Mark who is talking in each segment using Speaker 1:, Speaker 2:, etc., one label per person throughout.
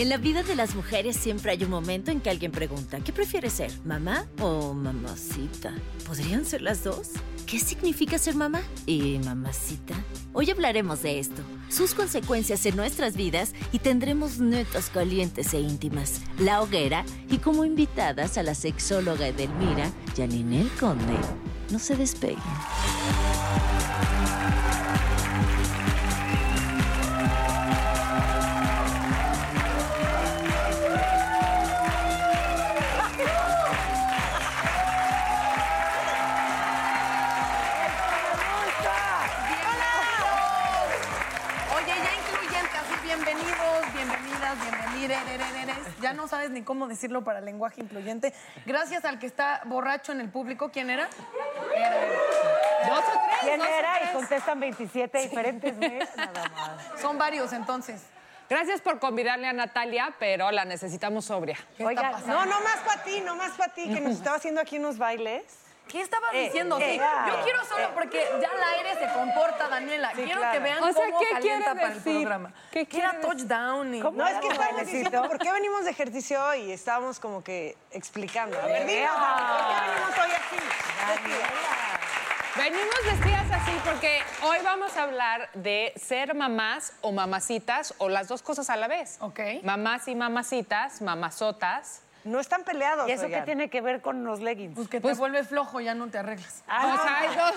Speaker 1: En la vida de las mujeres siempre hay un momento en que alguien pregunta, ¿qué prefieres ser, mamá o mamacita? ¿Podrían ser las dos? ¿Qué significa ser mamá y mamacita? Hoy hablaremos de esto, sus consecuencias en nuestras vidas y tendremos netas calientes e íntimas, la hoguera y como invitadas a la sexóloga Edelmira, Janinel Conde. No se despeguen.
Speaker 2: Oye, ya incluyente, así bienvenidos, bienvenidas, bienvenides. Ya no sabes ni cómo decirlo para lenguaje incluyente. Gracias al que está borracho en el público. ¿Quién era? Dos o tres.
Speaker 3: ¿Quién
Speaker 2: dos o
Speaker 3: era? Y
Speaker 2: tres.
Speaker 3: contestan 27 diferentes, ¿eh? Nada más.
Speaker 2: Son varios, entonces.
Speaker 4: Gracias por convidarle a Natalia, pero la necesitamos sobria.
Speaker 2: ¿Qué está
Speaker 3: Oiga, no,
Speaker 2: pasando?
Speaker 3: no más para ti, no más para ti, que nos estaba haciendo aquí unos bailes.
Speaker 2: ¿Qué estabas
Speaker 3: Eh,
Speaker 2: diciendo? Sí,
Speaker 3: eh,
Speaker 2: yo
Speaker 3: eh,
Speaker 2: quiero solo porque ya al aire se comporta Daniela.
Speaker 3: Sí,
Speaker 2: quiero
Speaker 3: claro.
Speaker 2: que vean
Speaker 4: O sea,
Speaker 2: cómo
Speaker 4: ¿qué quiere
Speaker 2: calienta para el
Speaker 4: decir?
Speaker 2: programa.
Speaker 4: ¿Qué
Speaker 2: Que era
Speaker 4: quiere decir?
Speaker 2: touchdown y...
Speaker 3: No, es que
Speaker 2: Claro.
Speaker 3: estábamos diciendo, ¿por qué venimos de ejercicio hoy? Y Estábamos como que explicando. A ver, dinos, ¿por qué venimos hoy aquí?
Speaker 4: Venimos vestidas así porque hoy vamos a hablar de ser mamás o mamacitas o las dos cosas a la vez.
Speaker 2: Ok.
Speaker 4: Mamás y mamacitas, mamazotas.
Speaker 3: No están peleados,
Speaker 5: ¿Y eso qué
Speaker 3: oigan.
Speaker 5: tiene que ver con los leggings?
Speaker 2: Pues que te vuelves flojo, ya no te arreglas.
Speaker 4: o sea, hay dos.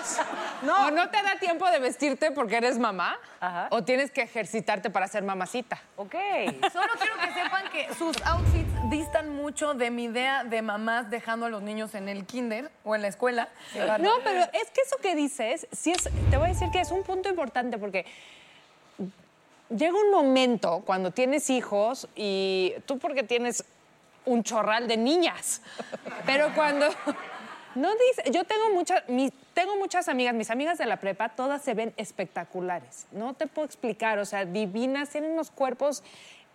Speaker 3: No.
Speaker 4: O no te da tiempo de vestirte porque eres mamá
Speaker 5: Ajá.
Speaker 4: o tienes que ejercitarte para ser mamacita.
Speaker 5: Ok.
Speaker 2: Solo quiero que sepan que sus outfits distan mucho de mi idea de mamás dejando a los niños en el kinder o en la escuela.
Speaker 4: No, pero es que eso que dices, sí es, te voy a decir que es un punto importante porque llega un momento cuando tienes hijos y tú porque tienes un chorral de niñas, pero cuando no dice, yo tengo muchas, mis- tengo muchas amigas, mis amigas de la prepa, todas se ven espectaculares. No te puedo explicar, o sea, divinas, tienen unos cuerpos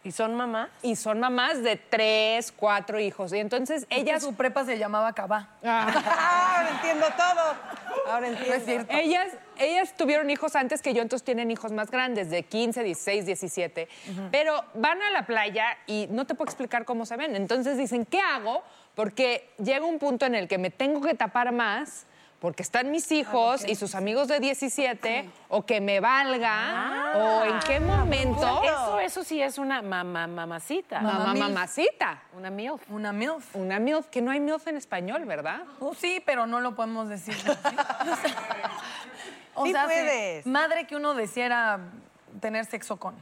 Speaker 3: ¿Y son mamá?
Speaker 4: y son mamás de tres, cuatro hijos y entonces
Speaker 2: Ella
Speaker 4: ellas Ah.
Speaker 2: su prepa se llamaba Cabá.
Speaker 3: Ahora entiendo todo. Ahora entiendo.
Speaker 4: Ellas, ellas tuvieron hijos antes que yo, entonces tienen hijos más grandes, de 15, 16, 17. Pero van a la playa y no te puedo explicar cómo se ven. Entonces dicen, ¿qué hago? Porque llega un punto en el que me tengo que tapar más. Porque están
Speaker 5: Ah,
Speaker 4: mis hijos y sus amigos de 17, o que me valga, o en qué momento.
Speaker 5: Ah, Eso, eso sí es una mamá, mamacita.
Speaker 4: Mamá, mamacita.
Speaker 5: Una MILF.
Speaker 2: Una MILF.
Speaker 4: Una MILF, que no hay MILF en español, ¿verdad?
Speaker 2: Pues sí, pero no lo podemos decir. o
Speaker 3: Sí
Speaker 2: se-
Speaker 3: puedes.
Speaker 2: madre que uno deseara tener sexo con.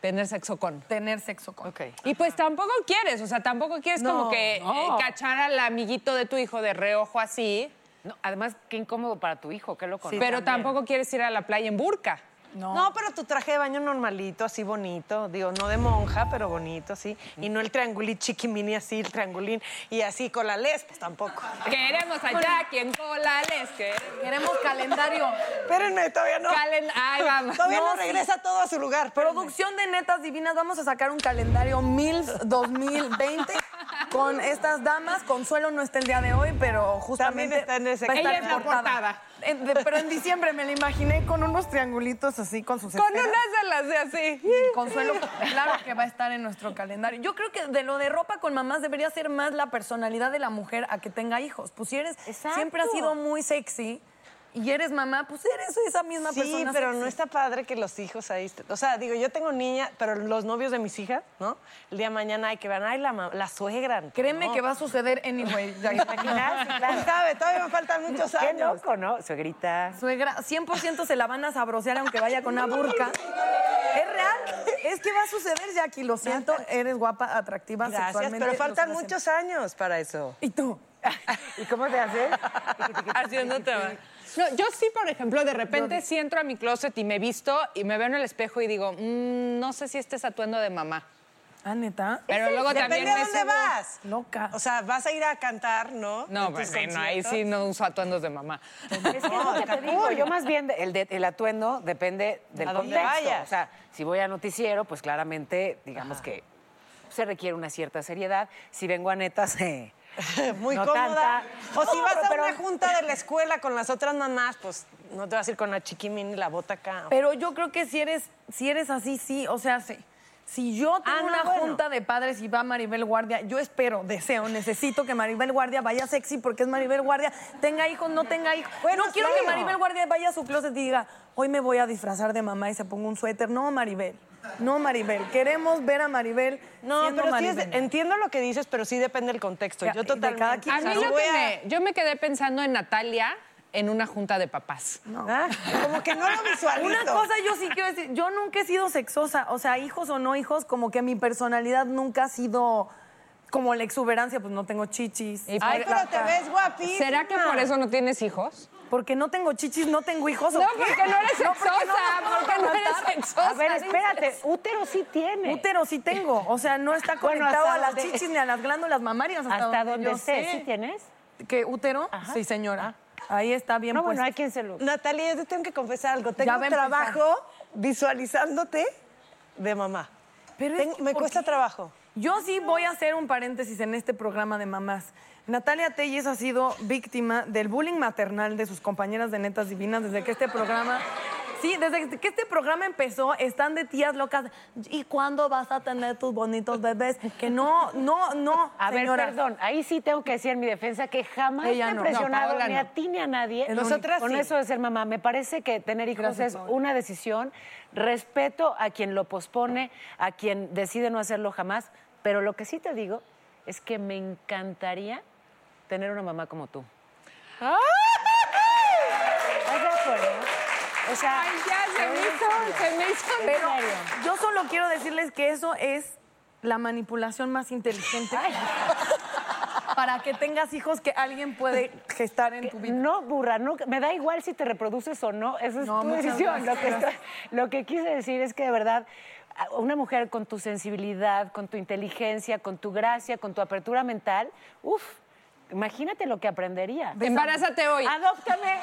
Speaker 4: Tener sexo con.
Speaker 2: Tener sexo con.
Speaker 4: Y pues tampoco quieres, o sea, tampoco quieres como que
Speaker 5: no.
Speaker 4: eh, cachar al amiguito de tu hijo de reojo así,
Speaker 5: No, además, qué incómodo para tu hijo, qué loco. ¿no?
Speaker 4: pero tampoco quieres ir a la playa en burka.
Speaker 2: No.
Speaker 3: No. pero tu traje de baño normalito, así bonito. Digo, no de monja, pero bonito, así. Y no el triangulín chiquimini, así, el triangulín. Y así con la les, pues tampoco.
Speaker 4: Queremos a Jackie en colales, queremos.
Speaker 2: Queremos calendario.
Speaker 3: Espérenme, todavía no.
Speaker 4: Calen- Ay, vamos.
Speaker 3: Todavía no,
Speaker 2: No, sí.
Speaker 3: regresa todo a su lugar. Pero
Speaker 2: Producción de Netas Divinas, vamos a sacar un calendario MILF 2020 con estas damas. Consuelo no está el día de hoy, pero justamente
Speaker 3: está en ese
Speaker 2: va a estar
Speaker 3: Ella es la
Speaker 4: portada.
Speaker 2: En- de- pero en diciembre me la imaginé con unos triangulitos así, con sus
Speaker 4: Con unas
Speaker 2: esferas.
Speaker 4: de las de así.
Speaker 2: Consuelo, claro que va a estar en nuestro calendario. Yo creo que de lo de ropa con mamás debería ser más la personalidad de la mujer a que tenga hijos. Pues si eres,
Speaker 5: Exacto.
Speaker 2: siempre has sido muy sexy, y eres mamá, pues eres esa misma
Speaker 3: sí,
Speaker 2: persona.
Speaker 3: pero
Speaker 2: sexy.
Speaker 3: no está padre que los hijos ahí. est- O sea, digo, yo tengo niña, pero los novios de mis hijas, ¿no? El día de mañana hay que van, ay, la, ma- la suegra. no.
Speaker 2: Créeme
Speaker 3: pues,
Speaker 2: que va a suceder anyway.
Speaker 3: ¿Te imaginas? Sí, claro. sabe, todavía me faltan muchos
Speaker 5: Qué
Speaker 3: años.
Speaker 5: loco, ¿no? Suegrita.
Speaker 2: Suegra, 100% se la van a sabrosear aunque vaya con una burka. Es real. Es que va a suceder, Jackie. Lo siento, eres guapa, atractiva
Speaker 3: Gracias,
Speaker 2: sexualmente.
Speaker 3: pero faltan
Speaker 2: lo siento.
Speaker 3: muchos años para eso.
Speaker 2: ¿Y tú?
Speaker 5: ¿Y cómo te haces?
Speaker 4: Haciéndote. No, yo sí, por ejemplo, de repente sí entro a mi closet y me visto y me veo en el espejo y digo, "Mm, no sé si este es atuendo de mamá.
Speaker 2: Ah, neta.
Speaker 4: Pero luego
Speaker 3: Depende
Speaker 4: también
Speaker 3: de
Speaker 4: me
Speaker 3: dónde
Speaker 4: subo-
Speaker 3: vas.
Speaker 2: Loca.
Speaker 3: O sea, vas a ir a cantar, ¿no?
Speaker 4: No,
Speaker 3: En tus
Speaker 4: pues sí, no, ahí sí
Speaker 3: conciertos.
Speaker 4: no uso atuendos de mamá.
Speaker 5: Es que es lo que te digo, yo más bien el, de- el atuendo depende del
Speaker 3: A donde
Speaker 5: contexto.
Speaker 3: vayas.
Speaker 5: O sea, si voy a noticiero, pues claramente, digamos que se requiere una cierta seriedad. Si vengo a netas, eh,
Speaker 3: Muy
Speaker 5: no
Speaker 3: cómoda.
Speaker 5: tanta.
Speaker 3: O si
Speaker 5: No,
Speaker 3: vas a
Speaker 5: pero-
Speaker 3: una junta de la escuela con las otras mamás, pues no te vas a ir con la chiquimini y la bota acá.
Speaker 2: Pero yo creo que si eres, si eres así, sí. O sea, sí. Si yo tengo
Speaker 3: Ah, no,
Speaker 2: una
Speaker 3: bueno.
Speaker 2: junta de padres y va Maribel Guardia, yo espero, deseo, necesito que Maribel Guardia vaya sexy porque es Maribel Guardia, tenga hijos, no tenga hijos. no quiero que Maribel Guardia vaya a su closet y diga, hoy me voy a disfrazar de mamá y se ponga un suéter. No, Maribel. No, Maribel. Queremos ver a Maribel.
Speaker 3: No,
Speaker 2: siendo
Speaker 3: pero sí es-
Speaker 2: Maribel.
Speaker 3: entiendo lo que dices, pero sí depende del contexto.
Speaker 2: Ya,
Speaker 3: Yo
Speaker 2: y de cada
Speaker 3: totalmente.
Speaker 2: quien.
Speaker 4: A
Speaker 3: No
Speaker 4: mí lo
Speaker 3: voy
Speaker 4: que
Speaker 3: a-
Speaker 4: me, yo me quedé pensando en Natalia en una junta de papás.
Speaker 3: ¿Ah? Como que no lo visualizo.
Speaker 2: Una cosa yo sí quiero decir, yo nunca he sido sexosa, o sea, hijos o no hijos, como que mi personalidad nunca ha sido como la exuberancia, pues no tengo chichis.
Speaker 4: Y
Speaker 3: Ay,
Speaker 4: por-
Speaker 3: pero te ves guapísima.
Speaker 4: ¿Será que por eso no tienes hijos?
Speaker 2: Porque no tengo chichis, no tengo hijos. ¿o
Speaker 4: No,
Speaker 2: qué?
Speaker 4: porque no eres
Speaker 2: No,
Speaker 4: sexosa, porque no eres sexosa.
Speaker 5: A ver, espérate, útero sí tiene.
Speaker 2: Útero sí tengo, o sea, no está
Speaker 5: Bueno,
Speaker 2: conectado
Speaker 5: hasta
Speaker 2: a las
Speaker 5: donde-
Speaker 2: chichis ni a las glándulas mamarias. Hasta,
Speaker 5: Hasta donde
Speaker 2: yo
Speaker 5: sé, ¿sí tienes?
Speaker 2: ¿Qué, útero? Sí, señora. Ahí está bien
Speaker 5: No,
Speaker 2: puesto.
Speaker 5: bueno, hay quien se lo...
Speaker 3: Natalia, yo te tengo que confesar algo. Tengo
Speaker 2: va
Speaker 3: un
Speaker 2: pues a empezar.
Speaker 3: trabajo visualizándote de mamá.
Speaker 2: Pero es
Speaker 3: Tengo-
Speaker 2: que,
Speaker 3: me
Speaker 2: ¿por
Speaker 3: cuesta
Speaker 2: qué?
Speaker 3: trabajo.
Speaker 2: Yo sí voy a hacer un paréntesis en este programa de mamás. Natalia Telles ha sido víctima del bullying maternal de sus compañeras de Netas Divinas desde que este programa... Sí, desde que este programa empezó, están de tías locas. ¿Y cuándo vas a tener tus bonitos bebés? Que no, no, no,
Speaker 5: A ver,
Speaker 2: señora.
Speaker 5: perdón, ahí sí tengo que decir en mi defensa que jamás
Speaker 2: Ella
Speaker 5: te he
Speaker 2: no.
Speaker 4: No,
Speaker 5: presionado
Speaker 4: Paola
Speaker 5: ni
Speaker 4: no.
Speaker 5: a ti ni a nadie.
Speaker 2: Es lo
Speaker 5: Nosotras
Speaker 2: único.
Speaker 5: con
Speaker 2: sí.
Speaker 5: eso de ser mamá, me parece que tener hijos
Speaker 2: Gracias,
Speaker 5: es
Speaker 2: Paola.
Speaker 5: una decisión. Respeto a quien lo pospone, a quien decide no hacerlo jamás, pero lo que sí te digo es que me encantaría tener una mamá como tú. ¿Estás de acuerdo? O sea,
Speaker 4: Ay, ya se me hizo, se me hizo.
Speaker 2: Pero yo solo quiero decirles que eso es la manipulación más inteligente. Para que tengas hijos que alguien puede gestar en tu vida.
Speaker 5: No, burra, no, me da igual si te reproduces o no, esa es
Speaker 2: No,
Speaker 5: tu
Speaker 2: muchas
Speaker 5: decisión. Lo
Speaker 2: gracias,
Speaker 5: que,
Speaker 2: gracias.
Speaker 5: estoy- lo que quise decir es que de verdad, a- una mujer con tu sensibilidad, con tu inteligencia, con tu gracia, con tu apertura mental, uff, imagínate lo que aprendería.
Speaker 4: Embarázate hoy.
Speaker 5: Adóptame.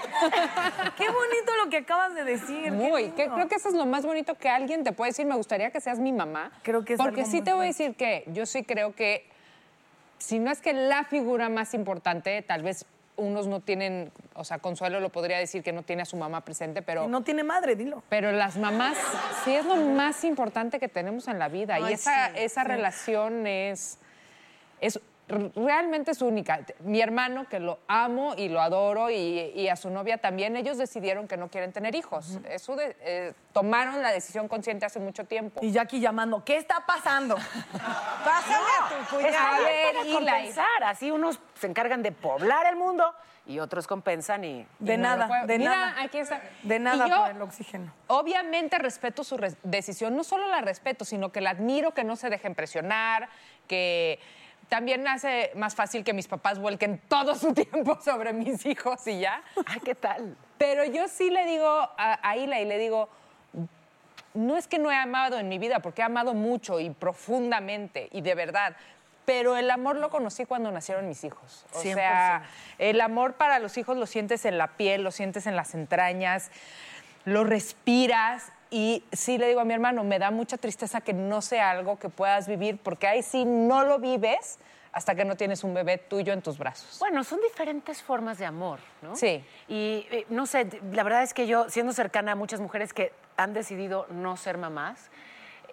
Speaker 2: Qué bonito lo que acabas de decir.
Speaker 4: Muy,
Speaker 2: qué
Speaker 4: que
Speaker 2: lindo.
Speaker 4: creo que eso es lo más bonito que alguien te puede decir. Me gustaría que seas mi mamá.
Speaker 2: Creo que es
Speaker 4: Porque
Speaker 2: algo
Speaker 4: sí
Speaker 2: muy
Speaker 4: te voy a
Speaker 2: fuerte.
Speaker 4: decir que yo sí creo que, si no es que la figura más importante, tal vez unos no tienen, o sea, Consuelo lo podría decir que no tiene a su mamá presente, pero.
Speaker 2: Y No tiene madre, dilo.
Speaker 4: Pero las mamás sí es lo más importante que tenemos en la vida. y
Speaker 2: Ay,
Speaker 4: esa,
Speaker 2: sí,
Speaker 4: esa
Speaker 2: sí.
Speaker 4: relación es, es r- realmente es única. Mi hermano, que lo amo y lo adoro, y, y a su novia también, ellos decidieron que no quieren tener hijos. Es su de- eh, tomaron la decisión consciente hace mucho tiempo.
Speaker 2: Y Jackie llamando, ¿qué está pasando?
Speaker 3: Pásale a tu
Speaker 5: Es
Speaker 3: cuñada.
Speaker 4: A
Speaker 5: algo
Speaker 4: ver,
Speaker 5: para
Speaker 4: Eli.
Speaker 5: compensar. Así unos se encargan de poblar el mundo y otros compensan y.
Speaker 2: De
Speaker 4: Y no lo
Speaker 2: nada,
Speaker 4: puedo-
Speaker 2: de
Speaker 4: Mira,
Speaker 2: nada.
Speaker 4: aquí está.
Speaker 2: De
Speaker 4: Y
Speaker 2: nada
Speaker 4: yo-
Speaker 2: por el oxígeno.
Speaker 4: Obviamente respeto su res- decisión, no solo la respeto, sino que la admiro, que no se dejen presionar, que también hace más fácil que mis papás vuelquen todo su tiempo sobre mis hijos y ya.
Speaker 2: Ah,
Speaker 5: Ay, ¿qué tal?
Speaker 4: Pero yo sí le digo a, a Ila y le digo, no es que no he amado en mi vida, porque he amado mucho y profundamente y de verdad. Pero el amor lo conocí cuando nacieron mis hijos. O sea, el amor para los hijos lo sientes en la piel, lo sientes en las entrañas, lo respiras. Y sí le digo a mi hermano, me da mucha tristeza que no sea algo que puedas vivir, porque ahí sí no lo vives hasta que no tienes un bebé tuyo en tus brazos.
Speaker 5: Bueno, son diferentes formas de amor, ¿no?
Speaker 4: Sí.
Speaker 5: Y eh, no sé, la verdad es que yo, siendo cercana a muchas mujeres que han decidido no ser mamás,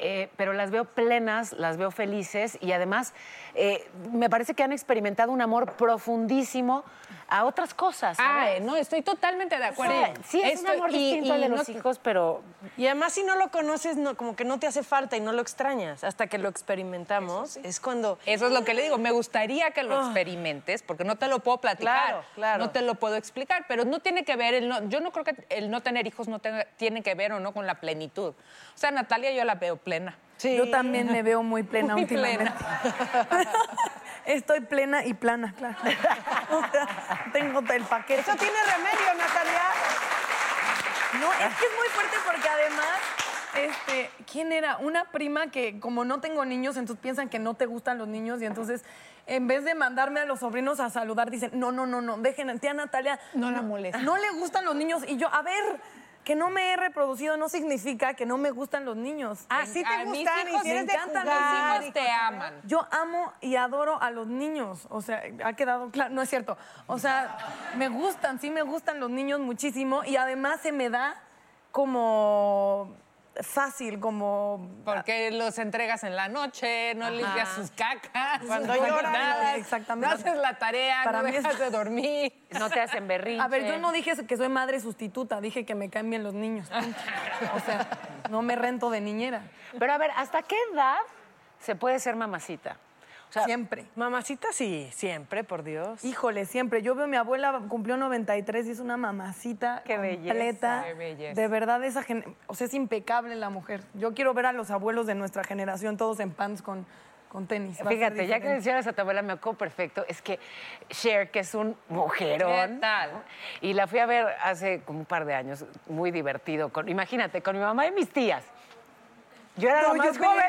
Speaker 5: eh, pero las veo plenas, las veo felices y además eh, me parece que han experimentado un amor profundísimo a otras cosas. ¿sabes?
Speaker 4: Ay, no, estoy totalmente de acuerdo.
Speaker 5: Sí, es
Speaker 4: Estoy-
Speaker 5: un amor
Speaker 4: y-
Speaker 5: distinto
Speaker 4: y
Speaker 5: al de
Speaker 4: no-
Speaker 5: los hijos, pero
Speaker 3: Y además si no lo conoces, no, como que no te hace falta y no lo extrañas. Hasta que lo experimentamos, es cuando...
Speaker 4: Eso es lo que le digo. Me gustaría que lo experimentes, porque no te lo puedo platicar.
Speaker 3: Ah. Claro, claro.
Speaker 4: No te lo puedo explicar, pero no tiene que ver. El no- yo no creo que el no tener hijos no tenga- tiene que ver o no con la plenitud. O sea, Natalia yo la veo plena.
Speaker 6: Yo también me veo muy plena
Speaker 4: Muy
Speaker 6: últimamente. Estoy plena y plana, claro. O sea, tengo el paquete.
Speaker 3: Eso tiene remedio, Natalia.
Speaker 2: No, es que es muy fuerte porque además, este, ¿quién era? Una prima que como no tengo niños, entonces piensan que no te gustan los niños y entonces en vez de mandarme a los sobrinos a saludar, dicen, no, no, no, no, dejen, a- tía Natalia.
Speaker 6: No la molestes.
Speaker 2: No le gustan los niños y yo, a ver, que no me he reproducido no significa que no me gustan los niños.
Speaker 3: Ah, sí te
Speaker 4: A mis
Speaker 3: gustan y
Speaker 4: hijos
Speaker 3: si
Speaker 4: me
Speaker 3: eres de
Speaker 4: encantan,
Speaker 3: jugar
Speaker 4: mis
Speaker 3: y
Speaker 4: hijos te aman.
Speaker 2: Yo amo y adoro a los niños. O sea, ha quedado claro. No es cierto. O sea, me gustan, sí me gustan los niños muchísimo. Y además se me da como fácil, como.
Speaker 4: Porque los entregas en la noche, no limpias sus cacas.
Speaker 3: Cuando
Speaker 4: no haces
Speaker 3: lloran, eh,
Speaker 4: nada,
Speaker 2: exactamente.
Speaker 4: No haces la tarea,
Speaker 2: Para
Speaker 4: no
Speaker 2: mí es-
Speaker 4: dejas de dormir.
Speaker 5: no te hacen berrinche.
Speaker 2: A ver, yo no dije que soy madre sustituta, dije que me caen bien los niños. punto. O sea, no me rento de niñera.
Speaker 5: Pero a ver, ¿hasta qué edad se puede ser mamacita? O sea,
Speaker 2: Siempre.
Speaker 3: Mamacita sí, siempre, por Dios.
Speaker 2: Híjole, siempre. Yo veo a mi abuela cumplió 93 y es una mamacita
Speaker 5: Qué belleza,
Speaker 2: completa.
Speaker 5: qué belleza.
Speaker 2: De verdad esa gen- o sea, es impecable la mujer. Yo quiero ver a los abuelos de nuestra generación todos en pants con con tenis. Va a ser
Speaker 5: Fíjate, ya que
Speaker 2: diferente.
Speaker 5: mencionas a tu abuela, me acuerdo perfecto. Es que Cher, que es un mujerón.
Speaker 4: ¿Qué tal?
Speaker 5: Y la fui a ver hace como un par de años, muy divertido. Con, imagínate, con mi mamá y mis tías. Yo era la
Speaker 2: No, yo
Speaker 5: más
Speaker 2: me-
Speaker 5: joven.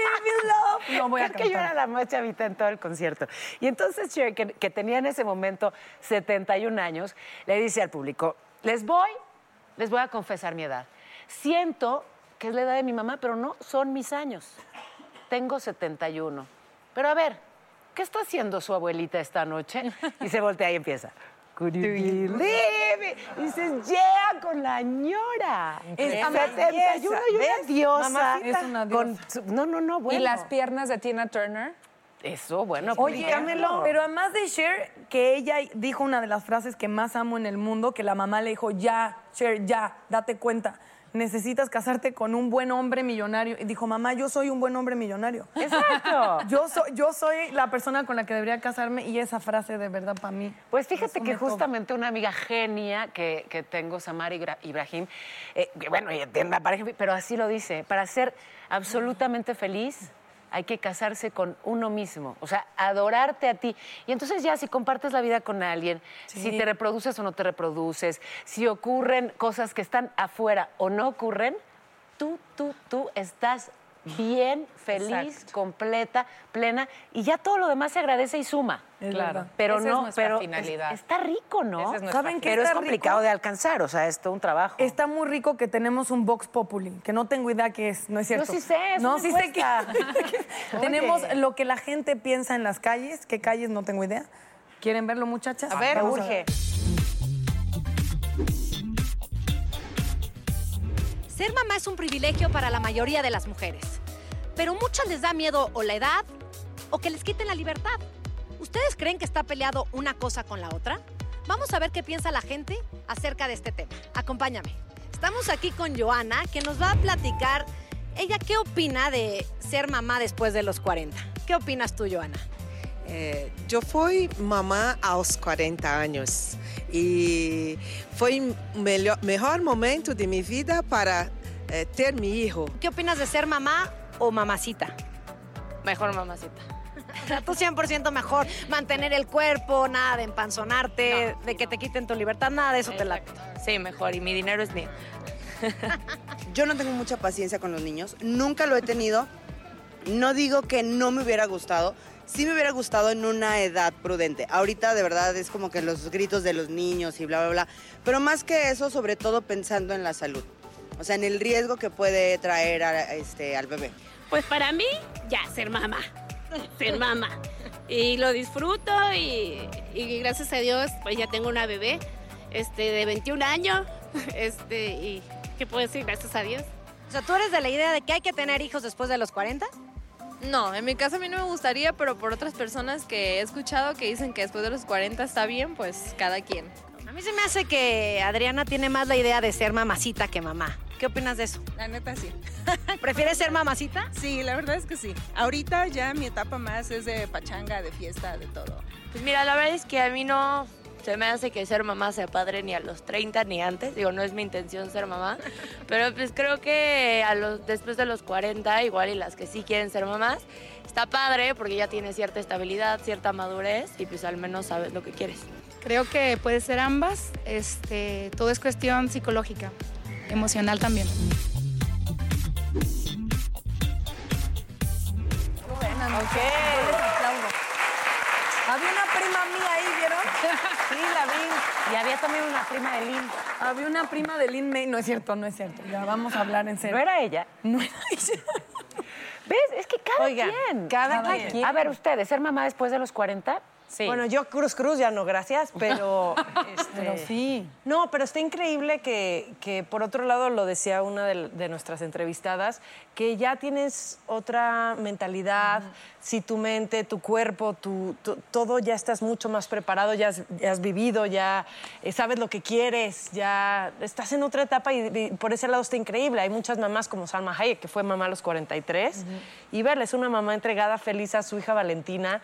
Speaker 5: Leave me alone.
Speaker 2: No voy a
Speaker 5: Creo que yo
Speaker 2: cantar.
Speaker 5: era la más chavita en todo el concierto. Y entonces Cher, que, que tenía en ese momento 71 años, le dice al público, les voy, les voy a confesar mi edad. Siento que es la edad de mi mamá, pero no son mis años. Tengo 71. Pero a ver, ¿qué está haciendo su abuelita esta noche? Y se voltea y empieza. Could you believe it? Y dices, yeah, con la ñora.
Speaker 3: Increíble.
Speaker 5: Es 71 y una
Speaker 3: ¿Ves?
Speaker 5: diosa.
Speaker 3: Mamacita.
Speaker 2: Es una
Speaker 5: con su- no, no, no, bueno.
Speaker 4: Y las piernas de Tina Turner.
Speaker 5: Eso, bueno, pues,
Speaker 2: Oye,
Speaker 5: explícamelo.
Speaker 2: pero además de Cher, que ella dijo una de las frases que más amo en el mundo, que la mamá le dijo, ya, Cher, ya, date cuenta, necesitas casarte con un buen hombre millonario. Y dijo, mamá, yo soy un buen hombre millonario.
Speaker 5: Exacto.
Speaker 2: Yo soy, yo soy la persona con la que debería casarme y esa frase de verdad para mí.
Speaker 5: Pues fíjate
Speaker 2: resume
Speaker 5: que
Speaker 2: todo.
Speaker 5: justamente una amiga genia que, que tengo, Samara Ibra- Ibrahim, eh, que bueno, ella tiene una pareja, pero así lo dice, para ser absolutamente feliz hay que casarse con uno mismo, o sea, adorarte a ti. Y entonces ya si compartes la vida con alguien, si te reproduces o no te reproduces, si ocurren cosas que están afuera o no ocurren, tú, tú, tú estás bien, feliz, completa, plena, y ya todo lo demás se agradece y suma.
Speaker 2: Es Claro. verdad.
Speaker 5: Pero
Speaker 4: Esa es
Speaker 5: no,
Speaker 4: nuestra
Speaker 5: pero
Speaker 4: finalidad.
Speaker 5: es- está rico, ¿no?
Speaker 4: Esa es nuestra
Speaker 2: ¿Saben qué
Speaker 5: pero es
Speaker 2: está
Speaker 5: complicado
Speaker 2: rico?
Speaker 5: de alcanzar, o sea, es todo un trabajo.
Speaker 2: Está muy rico que tenemos un Vox Populi, que no tengo idea qué es, no es cierto.
Speaker 5: sí sé, es
Speaker 2: No,
Speaker 5: una
Speaker 2: sí sé que
Speaker 5: Oye.
Speaker 2: tenemos lo que la gente piensa en las calles, qué calles no tengo idea. ¿Quieren verlo, muchachas?
Speaker 3: A ver,
Speaker 5: Me
Speaker 2: Vamos
Speaker 5: urge.
Speaker 1: Ser mamá es un privilegio para la mayoría de las mujeres, pero muchas les da miedo o la edad o que les quiten la libertad. ¿Ustedes creen que está peleado una cosa con la otra? Vamos a ver qué piensa la gente acerca de este tema. Acompáñame. Estamos aquí con Joana, que nos va a platicar ella qué opina de ser mamá después de los 40. ¿Qué opinas tú, Joana?
Speaker 7: Eh, yo fui mamá aos 40 años y fue melhor, mejor momento de mi vida para eh, ter mi hijo.
Speaker 1: ¿Qué opinas de ser mamá o mamacita?
Speaker 8: Mejor mamacita.
Speaker 1: O sea, tú 100% mejor. Mantener el cuerpo, nada de empanzonarte, de que te quiten tu libertad, nada de eso te late.
Speaker 8: Sí, mejor. Y mi dinero es mío.
Speaker 9: Yo no tengo mucha paciencia con los niños, nunca lo he tenido. No digo que no me hubiera gustado, sí me hubiera gustado en una edad prudente. Ahorita de verdad es como que los gritos de los niños y bla, bla, bla. Pero más que eso, sobre todo pensando en la salud. O sea, en el riesgo que puede traer a- este, al bebé.
Speaker 8: Pues para mí, ya, ser mamá. Ser mamá. Y lo disfruto y, y gracias a Dios, pues ya tengo una bebé este, de 21 años. Este, y ¿qué puedo decir? Gracias a Dios.
Speaker 10: O sea, ¿tú eres de la idea de que hay que tener hijos después de los 40?
Speaker 11: No, en mi caso a mí no me gustaría, pero por otras personas que he escuchado que dicen que después de los 40 está bien, pues cada quien.
Speaker 10: A mí se me hace que Adriana tiene más la idea de ser mamacita que mamá. ¿Qué opinas de eso?
Speaker 12: La neta sí.
Speaker 10: ¿Prefieres ser mamacita?
Speaker 12: Sí, la verdad es que sí. Ahorita ya mi etapa más es de pachanga, de fiesta, de todo.
Speaker 8: Pues mira, la verdad es que a mí no se me hace que ser mamá sea padre ni a los 30 ni antes. Digo, no es mi intención ser mamá. Pero pues creo que a los, después de los 40, igual y las que sí quieren ser mamás, está padre porque ya tienes cierta estabilidad, cierta madurez y pues al menos sabes lo que quieres.
Speaker 13: Creo que puede ser ambas. Este, todo es cuestión psicológica, emocional también.
Speaker 2: Ok. Había una prima mía ahí, ¿vieron? Sí, la vi.
Speaker 5: Y había también una prima de Lynn.
Speaker 2: Había una prima de Lynn May. No es cierto, no es cierto. Ya vamos a hablar en serio.
Speaker 5: ¿No era ella?
Speaker 2: No era ella.
Speaker 5: ¿Ves? Es que cada
Speaker 2: Oigan,
Speaker 5: quien.
Speaker 2: cada quien.
Speaker 5: A ver, ustedes, ¿ser mamá después de los 40? Sí.
Speaker 3: Bueno, yo cruz cruz ya no, gracias, pero... este,
Speaker 2: Pero sí.
Speaker 3: No, pero está increíble que, que, por otro lado, lo decía una de, de nuestras entrevistadas, que ya tienes otra mentalidad, si tu mente, tu cuerpo, tu, tu- todo ya estás mucho más preparado, ya has, ya has vivido, ya eh, sabes lo que quieres, ya estás en otra etapa y, y por ese lado está increíble. Hay muchas mamás como Salma Hayek, que fue mamá a los 43, y verla, es una mamá entregada, feliz a su hija Valentina.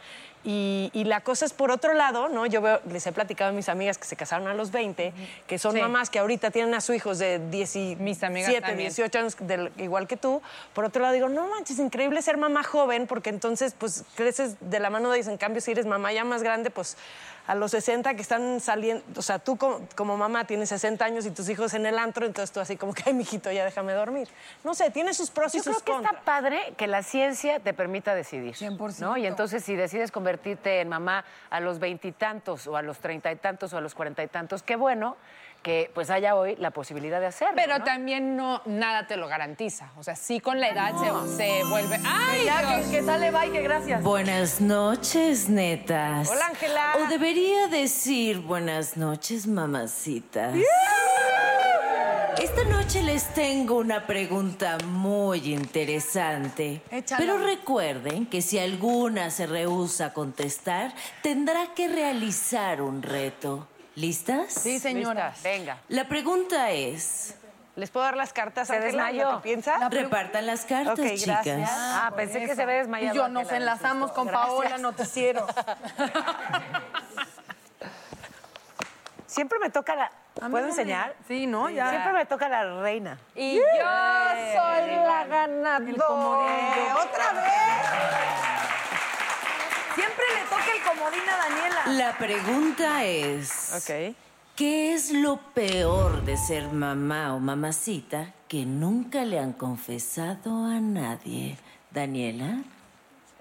Speaker 3: Y, y la cosa es por otro lado, ¿no? Yo veo, les he platicado a mis amigas que se casaron a los 20, que son
Speaker 4: Sí.
Speaker 3: mamás que ahorita tienen a sus hijos de 17,
Speaker 4: amigas también.
Speaker 3: 18 años, del- igual que tú. Por otro lado, digo, no manches, increíble ser mamá joven, porque entonces, pues, creces de la mano de ellos. En cambio, si eres mamá ya más grande, pues, a los 60 que están saliendo, o sea, tú como, como mamá tienes 60 años y tus hijos en el antro, entonces tú así como que, ay, mijito, ya déjame dormir. No sé, tiene sus pros y
Speaker 5: Yo
Speaker 3: sus
Speaker 5: creo que
Speaker 3: contras.
Speaker 5: está padre que la ciencia te permita decidir. 100%. ¿no? Y entonces, si decides convertirte en mamá a los veintitantos, o a los treinta y tantos, o a los cuarenta y tantos, qué bueno que pues haya hoy la posibilidad de hacerlo.
Speaker 4: Pero
Speaker 5: ¿no?
Speaker 4: también no, nada te lo garantiza. O sea, sí con la edad se, se vuelve... ¡Ay,
Speaker 5: Ya,
Speaker 4: Dios!
Speaker 5: que, que sale bye, que gracias.
Speaker 1: Buenas noches, netas.
Speaker 4: Hola, Ángela.
Speaker 1: O debería decir buenas noches, mamacitas. Esta noche les tengo una pregunta muy interesante.
Speaker 2: Échala.
Speaker 1: Pero recuerden que si alguna se rehúsa a contestar, tendrá que realizar un reto. ¿Listas? Sí,
Speaker 2: señora.
Speaker 5: Venga.
Speaker 1: La pregunta es...
Speaker 3: ¿Les puedo dar las cartas,
Speaker 1: ¿Se
Speaker 3: Ángela,
Speaker 1: desmayó?
Speaker 3: lo que piensa? La pregu-
Speaker 1: Repartan las cartas,
Speaker 3: Ok,
Speaker 1: chicas.
Speaker 3: gracias.
Speaker 5: Ah,
Speaker 3: por
Speaker 5: pensé que
Speaker 3: eso.
Speaker 5: se había desmayado.
Speaker 2: Y yo nos
Speaker 5: Ángela,
Speaker 2: enlazamos
Speaker 5: del
Speaker 2: con
Speaker 5: susto.
Speaker 2: Paola
Speaker 5: Gracias.
Speaker 2: Noticiero.
Speaker 5: Siempre me toca la.
Speaker 2: A mí
Speaker 5: ¿Puedo
Speaker 2: no me-
Speaker 5: enseñar?
Speaker 2: Sí, ¿no? Ya.
Speaker 5: Siempre me toca la reina.
Speaker 4: Y yo soy la ganadora.
Speaker 3: ¡Otra vez!
Speaker 2: Siempre le toca el comodín a Daniela.
Speaker 1: La pregunta es... ¿Qué es lo peor de ser mamá o mamacita que nunca le han confesado a nadie? Daniela.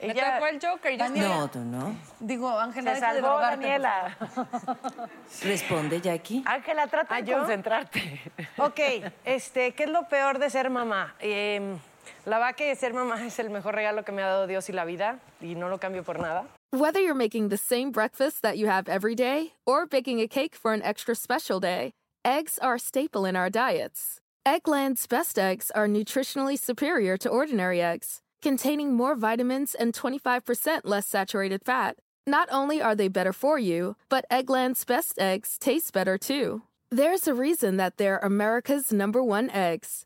Speaker 4: Me tocó el Joker. Yo
Speaker 1: No, tú no.
Speaker 2: Digo, Ángela,
Speaker 5: Se
Speaker 2: deja de
Speaker 5: salvó,
Speaker 2: drogarte,
Speaker 5: Daniela.
Speaker 1: Responde Jackie.
Speaker 5: Ángela, trata de
Speaker 3: Ah, yo?
Speaker 5: concentrarte.
Speaker 3: Ok, este, ¿qué es lo peor de ser mamá? Eh, la verdad que ser mamá es el mejor regalo que me ha dado Dios y la vida, y no lo cambio por nada.
Speaker 14: Whether you're making the same breakfast that you have every day or baking a cake for an extra special day, eggs are a staple in our diets. Eggland's best eggs are nutritionally superior to ordinary eggs, containing more vitamins and 25% less saturated fat. Not only are they better for you, but Eggland's best eggs taste better too. There's a reason that they're America's number one eggs.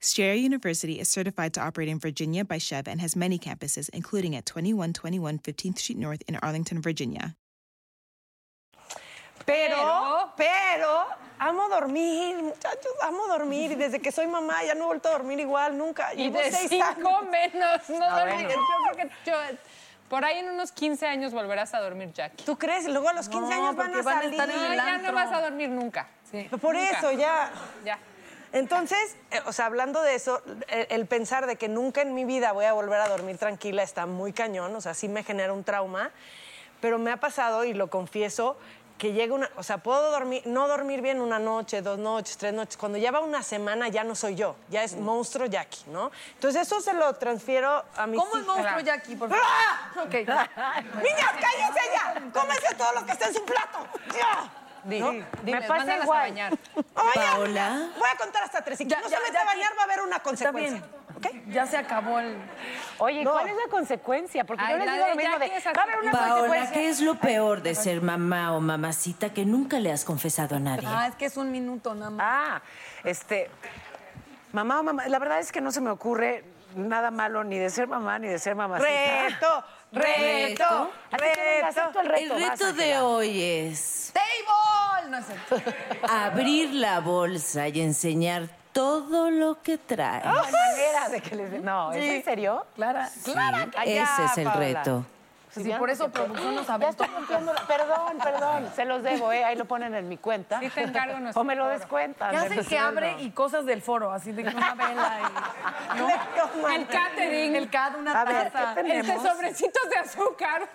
Speaker 15: Strayer University is certified to operate in Virginia by Chev and has many campuses, including at 2121 15th Street North in Arlington, Virginia.
Speaker 3: Pero, pero, amo dormir, muchachos, amo dormir. Y desde que soy mamá ya no he vuelto a dormir igual, nunca.
Speaker 4: Y
Speaker 3: Llevo
Speaker 4: de
Speaker 3: seis
Speaker 4: cinco
Speaker 3: años.
Speaker 4: menos. No
Speaker 3: Ah,
Speaker 4: dormí.
Speaker 3: bueno.
Speaker 4: Yo creo que yo- por ahí en unos 15 años volverás a dormir, Jackie.
Speaker 3: ¿Tú crees? Luego a los 15 años van a salir.
Speaker 4: No, ya no vas a dormir nunca.
Speaker 3: Por
Speaker 4: Nunca.
Speaker 3: eso, ya.
Speaker 4: Ya.
Speaker 3: Entonces, eh, o sea, hablando de eso, el, el pensar de que nunca en mi vida voy a volver a dormir tranquila está muy cañón, o sea, sí me genera un trauma, pero me ha pasado y lo confieso que llega una, o sea, puedo dormir, no dormir bien una noche, dos noches, tres noches, cuando ya va una semana ya no soy yo, ya
Speaker 2: Mm.
Speaker 3: es monstruo Jackie, ¿no? Entonces eso se lo transfiero a mis
Speaker 2: ¿Cómo es
Speaker 3: hijas.
Speaker 2: monstruo Jackie, por favor?
Speaker 3: ¡Ah!
Speaker 2: Ok.
Speaker 3: Niñas, cállense ya, cómense todo lo que está en su plato, ya.
Speaker 2: Di,
Speaker 3: ¿No?
Speaker 2: di, diles, mándalas a bañar.
Speaker 3: Oigan,
Speaker 2: Paola.
Speaker 3: voy a contar hasta tres. Si
Speaker 2: Ya,
Speaker 3: no
Speaker 2: ya,
Speaker 3: se mete
Speaker 2: ya,
Speaker 3: a bañar, va a haber una consecuencia.
Speaker 2: Ya se acabó el.
Speaker 5: Oye, ¿cuál es la consecuencia? Porque
Speaker 2: Ay,
Speaker 5: yo les
Speaker 2: la
Speaker 5: digo
Speaker 2: de
Speaker 5: lo mismo
Speaker 2: Jackie
Speaker 5: de.
Speaker 2: es
Speaker 5: Va a haber una
Speaker 1: Paola,
Speaker 5: consecuencia.
Speaker 1: ¿qué es lo peor de ser mamá o mamacita que nunca le has confesado a nadie?
Speaker 2: Ah, es que es un minuto nada más.
Speaker 5: Ah, este. Mamá o mamá, la verdad es que no se me ocurre nada malo ni de ser mamá ni de ser mamacita.
Speaker 3: Reto, reto,
Speaker 5: Así que venga, acepto el reto.
Speaker 1: El
Speaker 5: vas,
Speaker 1: reto
Speaker 5: Ángela.
Speaker 1: de hoy es
Speaker 2: ¡Table! No es cierto.
Speaker 1: abrir la bolsa y enseñar todo lo que traes.
Speaker 4: ¡Ah!
Speaker 5: No hay manera de que les... No, ¿es
Speaker 1: Sí.
Speaker 5: en serio?
Speaker 2: Clara,
Speaker 1: Clara, calla, ese es el Paola. reto.
Speaker 5: Si
Speaker 2: Sí,
Speaker 5: vieran
Speaker 2: por
Speaker 5: lo
Speaker 2: eso
Speaker 5: que te-
Speaker 2: producción nos
Speaker 5: Ya
Speaker 2: aventó.
Speaker 5: estoy rompiendo la- Perdón, perdón, se los debo, ¿eh? Ahí lo ponen en mi cuenta.
Speaker 2: Sí te encargo nuestro
Speaker 5: O me lo
Speaker 2: foro.
Speaker 5: descuentan.
Speaker 2: ¿Qué
Speaker 5: de
Speaker 2: hacen
Speaker 5: mi
Speaker 2: que abre
Speaker 5: sueldo.
Speaker 2: y cosas del foro? Así de que una vela y. ¿no?
Speaker 5: toman.
Speaker 2: El catering. El cat, una
Speaker 5: A ver,
Speaker 2: taza.
Speaker 5: ¿qué tenemos?
Speaker 2: Este sobrecitos de azúcar.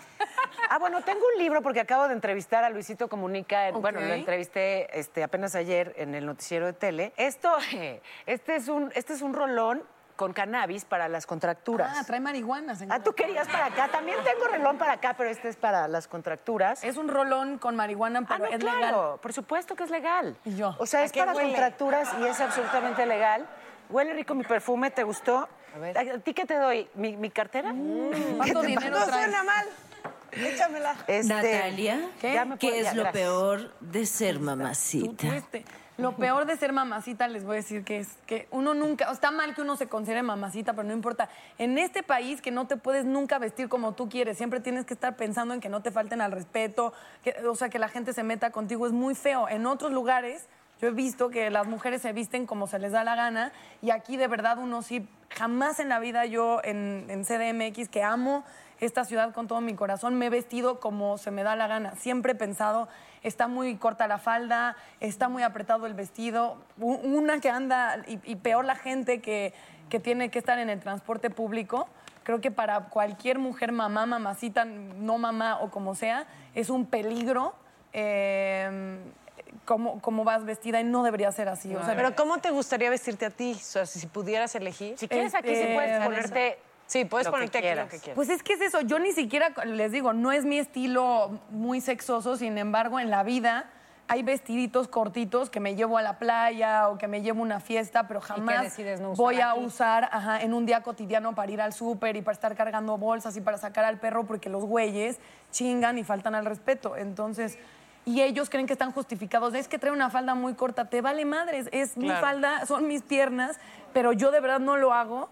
Speaker 5: Ah, bueno, tengo un libro porque acabo de entrevistar a Luisito Comunica. en- Bueno,
Speaker 2: Ok.
Speaker 5: lo entrevisté este, apenas ayer en el noticiero de tele. Esto, este es un, este es un rolón con cannabis para las contracturas.
Speaker 2: Ah, trae marihuana.
Speaker 5: Ah, tú querías para acá. También tengo relón para acá, pero este es para las contracturas.
Speaker 2: Es un rolón con marihuana,
Speaker 5: Ah,
Speaker 2: pero
Speaker 5: no,
Speaker 2: es
Speaker 5: claro,
Speaker 2: legal.
Speaker 5: por supuesto que es legal.
Speaker 2: Y yo.
Speaker 5: O sea,
Speaker 2: ¿A
Speaker 5: es
Speaker 2: qué
Speaker 5: para
Speaker 2: huele?
Speaker 5: contracturas y es absolutamente legal. Huele rico mi perfume, ¿te gustó?
Speaker 2: A
Speaker 5: A,
Speaker 2: ver.
Speaker 5: ¿A ti qué te doy? ¿Mi, mi cartera? Mm. ¿Qué
Speaker 2: ¿Cuánto
Speaker 5: te
Speaker 2: dinero
Speaker 5: pasa?
Speaker 2: traes?
Speaker 3: mal. Échamela.
Speaker 5: Este,
Speaker 1: Natalia,
Speaker 5: ya me
Speaker 1: ¿qué,
Speaker 3: Pues
Speaker 5: puedo- ya,
Speaker 1: es lo
Speaker 5: gracias.
Speaker 1: peor de ser mamacita?
Speaker 2: Este, lo peor de ser mamacita, les voy a decir que es que uno nunca, o está mal que uno se considere mamacita, pero no importa. En este país que no te puedes nunca vestir como tú quieres, siempre tienes que estar pensando en que no te falten al respeto, que- o sea, que la gente se meta contigo, es muy feo. En otros lugares yo he visto que las mujeres se visten como se les da la gana y aquí de verdad uno sí, jamás en la vida yo en, en CDMX, que amo esta ciudad con todo mi corazón, me he vestido como se me da la gana. Siempre he pensado, está muy corta la falda, está muy apretado el vestido, U- una que anda y, y peor la gente que, que tiene que estar en el transporte público. Creo que para cualquier mujer, mamá, mamacita, no mamá o como sea, es un peligro. eh, cómo, cómo vas vestida y no debería ser así. O sea,
Speaker 3: pero ¿cómo te gustaría vestirte a ti? O sea, si pudieras elegir.
Speaker 5: Si quieres, aquí sí puedes ponerte
Speaker 3: Sí, puedes
Speaker 5: Este, lo que
Speaker 3: ponerte aquí lo
Speaker 5: quieras.
Speaker 3: que quieras.
Speaker 2: Pues es que es eso, yo ni siquiera, les digo, no es mi estilo muy sexoso, sin embargo, en la vida hay vestiditos cortitos que me llevo a la playa o que me llevo a una fiesta, pero jamás
Speaker 7: decides no usar
Speaker 2: voy a
Speaker 7: aquí.
Speaker 2: usar ajá, en un día cotidiano para ir al súper y para estar cargando bolsas y para sacar al perro porque los güeyes chingan y faltan al respeto. Entonces, y ellos creen que están justificados. Es que trae una falda muy corta, te vale madres, es mi
Speaker 3: Claro.
Speaker 2: falda, son mis piernas, pero yo de verdad no lo hago.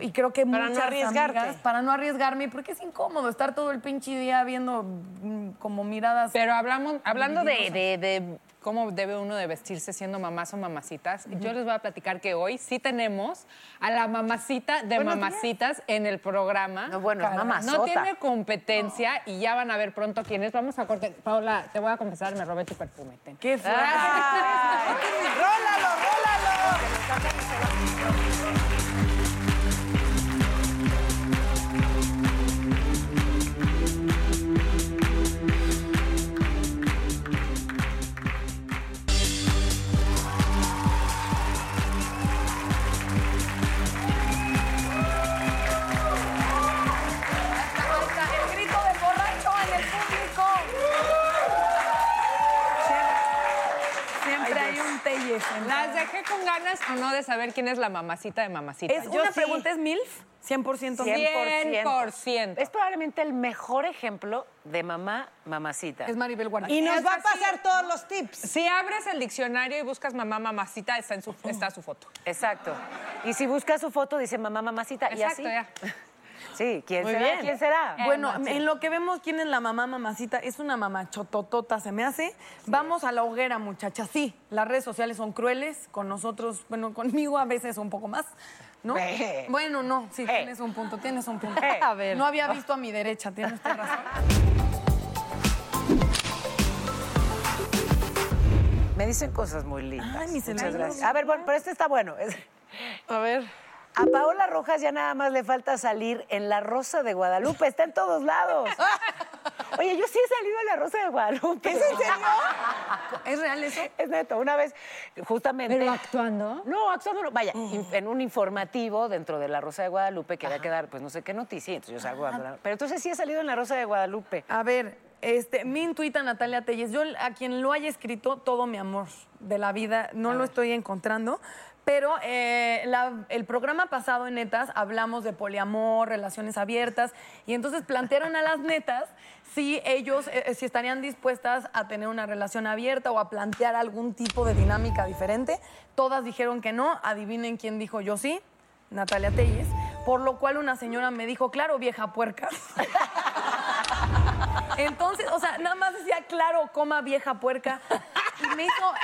Speaker 2: Y creo que
Speaker 3: Para no
Speaker 2: muchas
Speaker 3: arriesgarte.
Speaker 2: amigas, para no arriesgarme, porque es incómodo estar todo el pinche día viendo mm, como miradas.
Speaker 4: Pero hablamos, hablando de,
Speaker 2: Ridiculosas.
Speaker 4: de- de cómo debe uno de vestirse siendo mamás o mamacitas, yo les voy a platicar que hoy sí tenemos a la mamacita de
Speaker 5: Buenos
Speaker 4: mamacitas en el programa.
Speaker 5: No, bueno, es
Speaker 4: Caray,
Speaker 5: mamazota.
Speaker 4: No tiene competencia y ya van a ver pronto quién es. Vamos a corte. Paola, te voy a confesar, me robé tu perfume. Ten.
Speaker 2: ¡Qué feo!
Speaker 5: Ah,
Speaker 3: ¡Rólalo, rólalo!
Speaker 2: El grito del borracho en el público. Siempre hay un telles.
Speaker 4: ¿Las dejé con ganas o no de saber quién es la mamacita de mamacita?
Speaker 2: Es, una pregunta es MILF, 100%.
Speaker 4: 100%.
Speaker 5: Es probablemente el mejor ejemplo de mamá, mamacita.
Speaker 2: Es Maribel Guardia.
Speaker 3: Y nos
Speaker 4: Es
Speaker 3: va a
Speaker 4: así.
Speaker 3: pasar todos los tips.
Speaker 4: Si abres el diccionario y buscas mamá, mamacita, está, en su, está su foto.
Speaker 5: Exacto. Y si buscas su foto, dice mamá, mamacita.
Speaker 4: Exacto,
Speaker 5: y así.
Speaker 4: ya.
Speaker 5: Sí, ¿quién
Speaker 3: Muy
Speaker 5: será?
Speaker 3: bien.
Speaker 5: ¿Quién será? Eh,
Speaker 2: Bueno, en lo que vemos quién es la mamá mamacita, es una mamá chototota, se me hace. Vamos a la hoguera, muchachas. Sí, las redes sociales son crueles con nosotros, bueno, conmigo a veces un poco más, ¿no?
Speaker 5: Ve.
Speaker 2: Bueno, no, sí,
Speaker 5: Ve.
Speaker 2: tienes un punto, tienes un punto.
Speaker 5: Ve.
Speaker 2: A ver. No había visto a mi derecha, tienes toda razón.
Speaker 5: Me dicen cosas muy lindas.
Speaker 2: Ay, mis
Speaker 5: Muchas
Speaker 2: hermanos.
Speaker 5: gracias. A ver, bueno, pero este está bueno. A ver. A Paola Rojas ya nada más le falta salir en La Rosa de Guadalupe. Está en todos lados. Oye, yo sí he salido en La Rosa de Guadalupe.
Speaker 2: ¿Es en serio? ¿Es real eso?
Speaker 5: Es neto. Una vez, justamente.
Speaker 2: Eh,
Speaker 16: ¿Pero actuando?
Speaker 5: No, actuando no. Vaya, in- en un informativo dentro de La Rosa de Guadalupe que había que dar, pues no sé qué noticia. Entonces yo salgo dando la- Pero entonces sí he salido en La Rosa de Guadalupe.
Speaker 2: A ver, este, mi intuita Natalia Telles, yo a quien lo haya escrito todo mi amor de la vida, no lo estoy encontrando, pero eh, la- el programa pasado en Netas hablamos de poliamor, relaciones abiertas, y entonces plantearon a las netas si ellos, eh, eh, si estarían dispuestas a tener una relación abierta o a plantear algún tipo de dinámica diferente. Todas dijeron que no, adivinen quién dijo yo sí. Natalia Telles, por lo cual una señora me dijo, claro, vieja puerca. Entonces, o sea, nada más decía, claro, coma vieja puerca. Y me hizo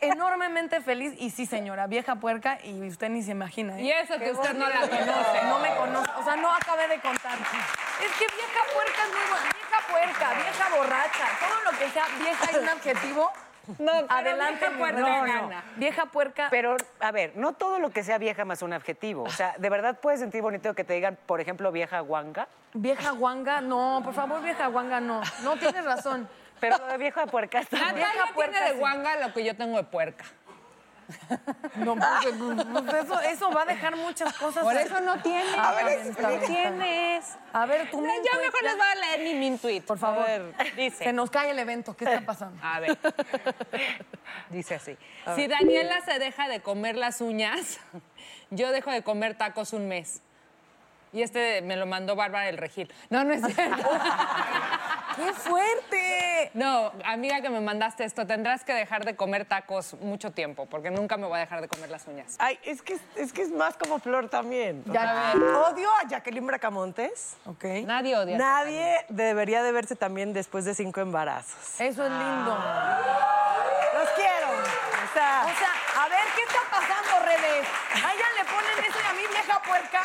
Speaker 2: enormemente feliz. Y sí, señora, vieja puerca, y usted ni se imagina. ¿eh?
Speaker 16: Y eso que
Speaker 2: Qué
Speaker 16: usted no la
Speaker 2: bonito.
Speaker 16: conoce.
Speaker 2: No me conoce. O sea, no acabé de contar. Es que vieja puerca es muy buena. Vieja puerca, vieja borracha. Todo lo que sea vieja es un adjetivo. No, adelante. mi reina. Vieja puerca.
Speaker 5: Pero, a ver, no todo lo que sea vieja más un adjetivo. O sea, ¿de verdad puedes sentir bonito que te digan, por ejemplo, vieja guanga?
Speaker 2: Vieja guanga, no, por favor, vieja guanga, no. No tienes razón.
Speaker 5: Pero lo de vieja puerca está
Speaker 2: Natalia
Speaker 5: bueno.
Speaker 2: tiene de guanga
Speaker 16: lo que yo tengo de puerca.
Speaker 2: No, pues, eso, eso va a dejar muchas cosas.
Speaker 16: Por eso no tiene.
Speaker 2: A ver,
Speaker 16: Está bien, está bien.
Speaker 2: tienes? A ver, tú
Speaker 16: No,
Speaker 2: Min
Speaker 16: yo
Speaker 2: Tweet,
Speaker 16: mejor
Speaker 2: ya.
Speaker 16: les voy a leer mi Min Tweet.
Speaker 2: Por favor.
Speaker 16: A ver, dice.
Speaker 2: Se nos cae el evento. ¿Qué está pasando?
Speaker 16: A ver.
Speaker 5: Dice así.
Speaker 16: Si Daniela se deja de comer las uñas, yo dejo de comer tacos un mes. Y este me lo mandó Bárbara el Regil. No, no es cierto.
Speaker 2: ¡Qué fuerte!
Speaker 16: No, amiga que me mandaste esto, tendrás que dejar de comer tacos mucho tiempo, porque nunca me voy a dejar de comer las uñas.
Speaker 3: Ay, es que, es que es más como flor también. O
Speaker 16: Ya
Speaker 3: sea,
Speaker 16: ves.
Speaker 3: Odio a Jacqueline Bracamontes.
Speaker 16: Nadie odia. a
Speaker 3: Nadie debería de verse también después de cinco embarazos.
Speaker 2: Eso es lindo.
Speaker 3: Los quiero. O sea,
Speaker 2: O sea, a ver, ¿qué está pasando, redes? A ella le ponen eso y a mí, vieja puerca.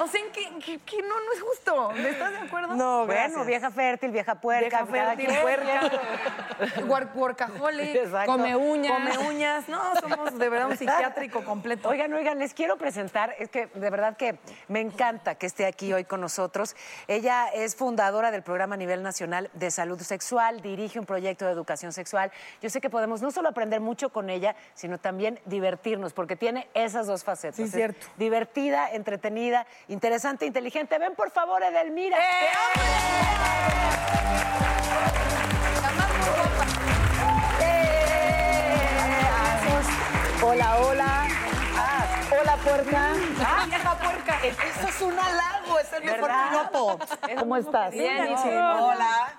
Speaker 2: O sea, ¿en qué, qué- qué? no, no es justo. ¿Me ¿Estás de acuerdo?
Speaker 5: No, Bueno, vieja fértil, vieja puerca.
Speaker 2: Vieja fértil, puerca. Guarcajole.
Speaker 5: Exacto.
Speaker 2: Come uñas. Come uñas. No, somos de verdad un psiquiátrico completo.
Speaker 5: Oigan, oigan, les quiero presentar, es que de verdad que me encanta que esté aquí hoy con nosotros. Ella es fundadora del programa a nivel nacional de salud sexual, dirige un proyecto de educación sexual. Yo sé que podemos no solo aprender mucho con ella, sino también divertirnos, porque tiene esas dos facetas.
Speaker 2: Sí,
Speaker 5: Es
Speaker 2: cierto.
Speaker 5: Divertida, entretenida, interesante, inteligente. Ven, por favor, Edelmira. ¡Eh! Hola, hola. Ah, hola, puerca.
Speaker 2: Ah,
Speaker 3: vieja puerca. Eso es un halago, es el mejor
Speaker 5: ¿Verdad?
Speaker 3: piropo.
Speaker 5: ¿Cómo estás?
Speaker 16: Bien, ¿y tú?
Speaker 7: Hola.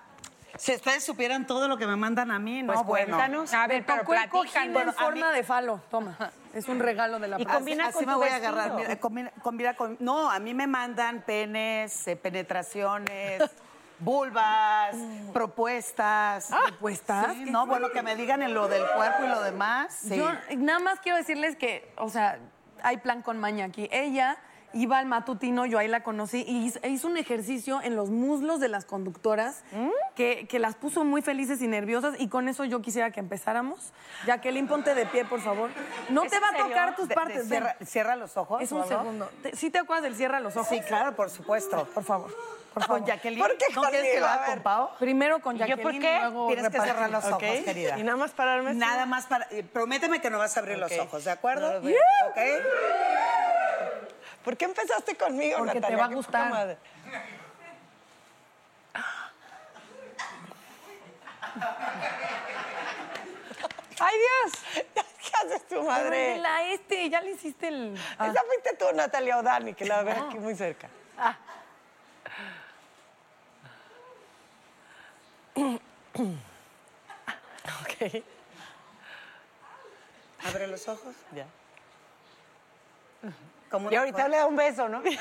Speaker 7: Si ustedes supieran todo lo que me mandan a mí, no,
Speaker 5: Pues
Speaker 7: bueno.
Speaker 5: cuéntanos.
Speaker 16: A ver, pero
Speaker 2: Tocó el
Speaker 16: platícanos.
Speaker 2: cojín en forma de falo. Toma. Es un regalo de la
Speaker 7: Así- así me voy a agarrar. mira, combina- combina con- no, a mí me mandan penes, eh, penetraciones. Vulvas, propuestas. ¿Propuestas?
Speaker 2: Mm. Ah, qué
Speaker 7: no, bueno, que me digan en lo del cuerpo y lo demás. sí.
Speaker 2: Yo nada más quiero decirles que, o sea, hay plan con maña aquí. Ella iba al matutino, yo ahí la conocí, y hizo, e hizo un ejercicio en los muslos de las conductoras
Speaker 7: ¿Mm?
Speaker 2: que, que las puso muy felices y nerviosas, y con eso yo quisiera que empezáramos. Jacqueline, ponte de pie, por favor. No
Speaker 7: ¿Es
Speaker 2: te va
Speaker 7: en
Speaker 2: a
Speaker 7: serio?
Speaker 2: tocar tus
Speaker 7: De- de
Speaker 2: partes. ven.
Speaker 7: cierra, cierra los ojos.
Speaker 2: Es un
Speaker 7: o algo.
Speaker 2: segundo. Te- ¿Sí te acuerdas del cierra los ojos?
Speaker 7: Sí, claro, por supuesto.
Speaker 2: Por favor. Por favor.
Speaker 7: Con Jacqueline. ¿No quieres que lo haga con Pau?
Speaker 2: Primero con
Speaker 7: ¿Y yo
Speaker 2: Jacqueline,
Speaker 7: por qué?
Speaker 2: y luego
Speaker 7: Tienes que
Speaker 2: repartir.
Speaker 7: cerrar los ojos,
Speaker 2: ¿Ok?
Speaker 7: querida.
Speaker 2: Y
Speaker 7: nada más pararme. Nada más para. eh, Prométeme que no vas a abrir
Speaker 3: Ok.
Speaker 7: los ojos, ¿de acuerdo?
Speaker 3: No los veo.
Speaker 7: ¿Ok?
Speaker 3: ¿Por qué empezaste conmigo,
Speaker 7: Porque te
Speaker 3: Natalia?
Speaker 7: va a
Speaker 3: Qué poca
Speaker 7: gustar.
Speaker 3: madre.
Speaker 2: ¡Ay, Dios!
Speaker 3: ¿Qué haces tu madre?
Speaker 2: Ándela, este, ya le hiciste el.
Speaker 3: Esa fuiste tú, Natalia O'Dani, que la veo aquí muy cerca. Ok.
Speaker 7: Abre los ojos.
Speaker 3: Ya.
Speaker 7: Como
Speaker 3: Y ahorita le da un beso, ¿no?
Speaker 7: Creo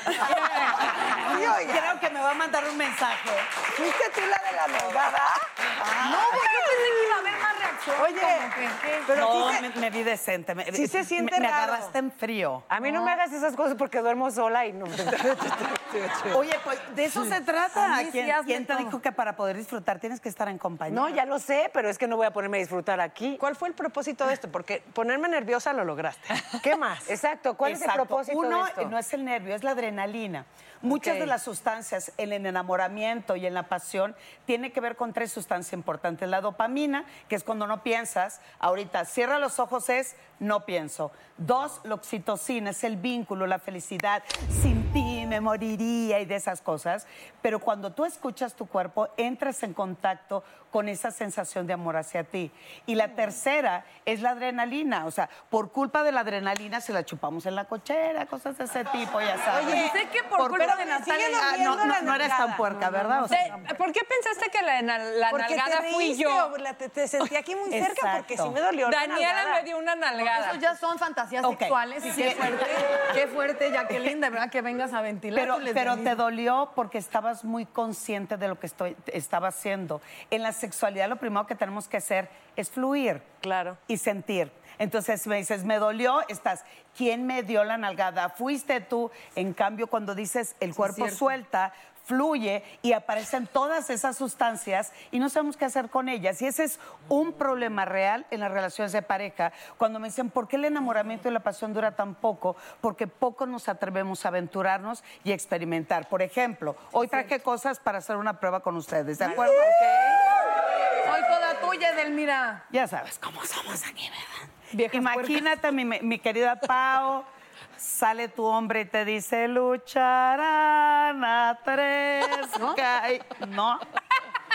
Speaker 7: que me va a mandar un mensaje.
Speaker 3: ¿Fuiste tú la de la nalgada?
Speaker 2: No, pues yo pensé que iba a haber más reacción.
Speaker 7: Oye, pero
Speaker 5: No,
Speaker 7: sí se- me, vi decente. Me,
Speaker 5: sí se siente
Speaker 7: me,
Speaker 5: raro.
Speaker 7: Me agarraste en frío.
Speaker 5: A mí no me hagas esas cosas porque duermo sola y no.
Speaker 7: Oye, pues de eso se trata.
Speaker 5: A mí sí
Speaker 7: ¿Quién,
Speaker 5: hazme
Speaker 7: quién te
Speaker 5: todo.
Speaker 7: dijo que para poder disfrutar tienes que estar en compañía?
Speaker 5: No, ya lo sé, pero es que no voy a ponerme a disfrutar aquí.
Speaker 3: ¿Cuál fue el propósito de esto? Porque ponerme nerviosa lo lograste.
Speaker 5: ¿Qué más? Exacto, ¿cuál es el
Speaker 7: Exacto.
Speaker 5: propósito
Speaker 7: Uno
Speaker 5: de esto?
Speaker 7: no es el nervio, es la adrenalina. Muchas
Speaker 5: Ok.
Speaker 7: de las sustancias en el enamoramiento y en la pasión tiene que ver con tres sustancias importantes. La dopamina, que es cuando no piensas, ahorita cierra los ojos es no pienso. Dos, la oxitocina, es el vínculo, la felicidad, sin ti me moriría y de esas cosas. Pero cuando tú escuchas tu cuerpo, entras en contacto con esa sensación de amor hacia ti. Y la tercera es la adrenalina, o sea, por culpa de la adrenalina se la chupamos en la cochera, cosas de ese tipo, ya sabes.
Speaker 4: Oye, sé que por culpa
Speaker 7: pero
Speaker 4: de
Speaker 7: me
Speaker 4: Natalia-
Speaker 7: sigue doliendo
Speaker 4: Ah, no, no,
Speaker 7: la
Speaker 4: no eres
Speaker 7: nalgada.
Speaker 4: tan puerca, ¿verdad? O sea,
Speaker 7: Sí.
Speaker 4: ¿Por qué pensaste que la, la
Speaker 3: Porque
Speaker 4: nalgada
Speaker 3: te
Speaker 4: fui
Speaker 3: reíste
Speaker 4: yo?
Speaker 3: o la- te, te sentí aquí muy cerca porque sí
Speaker 4: Exacto.
Speaker 3: me dolió. la
Speaker 4: Daniela
Speaker 3: nalgada.
Speaker 4: me dio una nalgada.
Speaker 2: Esos ya son fantasías
Speaker 3: Ok.
Speaker 2: sexuales y
Speaker 3: Sí.
Speaker 2: qué fuerte, qué fuerte, Jacqueline, de verdad que vengas a ventilar.
Speaker 7: Pero,
Speaker 2: tú les
Speaker 7: pero te
Speaker 2: bendigo.
Speaker 7: dolió porque estabas muy consciente de lo que estoy, estaba haciendo. En la sexualidad lo primero que tenemos que hacer es fluir. Claro. Y sentir. Entonces me dices, me dolió, estás, ¿quién me dio la nalgada? Fuiste tú. En cambio, cuando dices, el cuerpo
Speaker 2: cierto.
Speaker 7: suelta, fluye y aparecen todas esas sustancias y no sabemos qué hacer con ellas. Y ese es un problema real en las relaciones de pareja. Cuando me dicen, ¿por qué el enamoramiento y la pasión dura tan poco? Porque poco nos atrevemos a aventurarnos y experimentar. Por ejemplo, hoy traje cosas para hacer una prueba con ustedes, ¿de acuerdo?
Speaker 2: Soy toda tuya, Edelmira.
Speaker 7: Ya sabes cómo somos aquí, ¿verdad? Imagínate, mi, mi querida Pau, sale tu hombre y te dice, lucharán a tres. ¿No? no.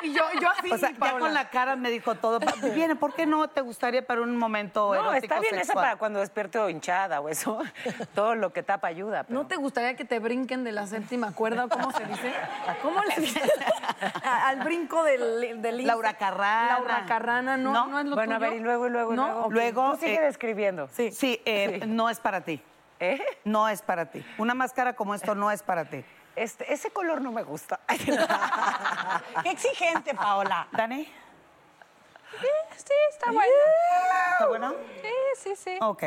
Speaker 2: Y yo, yo así,
Speaker 7: O sea,
Speaker 2: mi
Speaker 7: ya
Speaker 2: Paola.
Speaker 7: con la cara me dijo todo. Pa- Viene, ¿por qué no te gustaría para un momento
Speaker 5: No,
Speaker 7: erótico
Speaker 5: está bien esa
Speaker 7: sexual?
Speaker 5: para cuando despierto hinchada o eso. Todo lo que tapa ayuda. pero-
Speaker 2: ¿No te gustaría que te brinquen de la séptima cuerda? ¿Cómo se dice? ¿Cómo le dicen? A- Al brinco del, del
Speaker 7: Laura Carrana.
Speaker 2: Laura Carrana, no, no, es lo
Speaker 5: Bueno, a
Speaker 2: tuyo?
Speaker 5: ver, y luego, y luego, y
Speaker 2: ¿No?
Speaker 5: luego.
Speaker 7: Luego,
Speaker 5: Tú sigue
Speaker 7: eh,
Speaker 5: describiendo.
Speaker 7: Sí, eh, no es para ti.
Speaker 5: ¿Eh?
Speaker 7: No es para ti. Una máscara como esto no es para ti.
Speaker 5: Este, ese color no me gusta.
Speaker 7: Qué exigente, Paola. ¿Dani?
Speaker 4: Sí, está bueno.
Speaker 7: ¿Está bueno?
Speaker 4: Sí, sí, sí.
Speaker 7: Ok.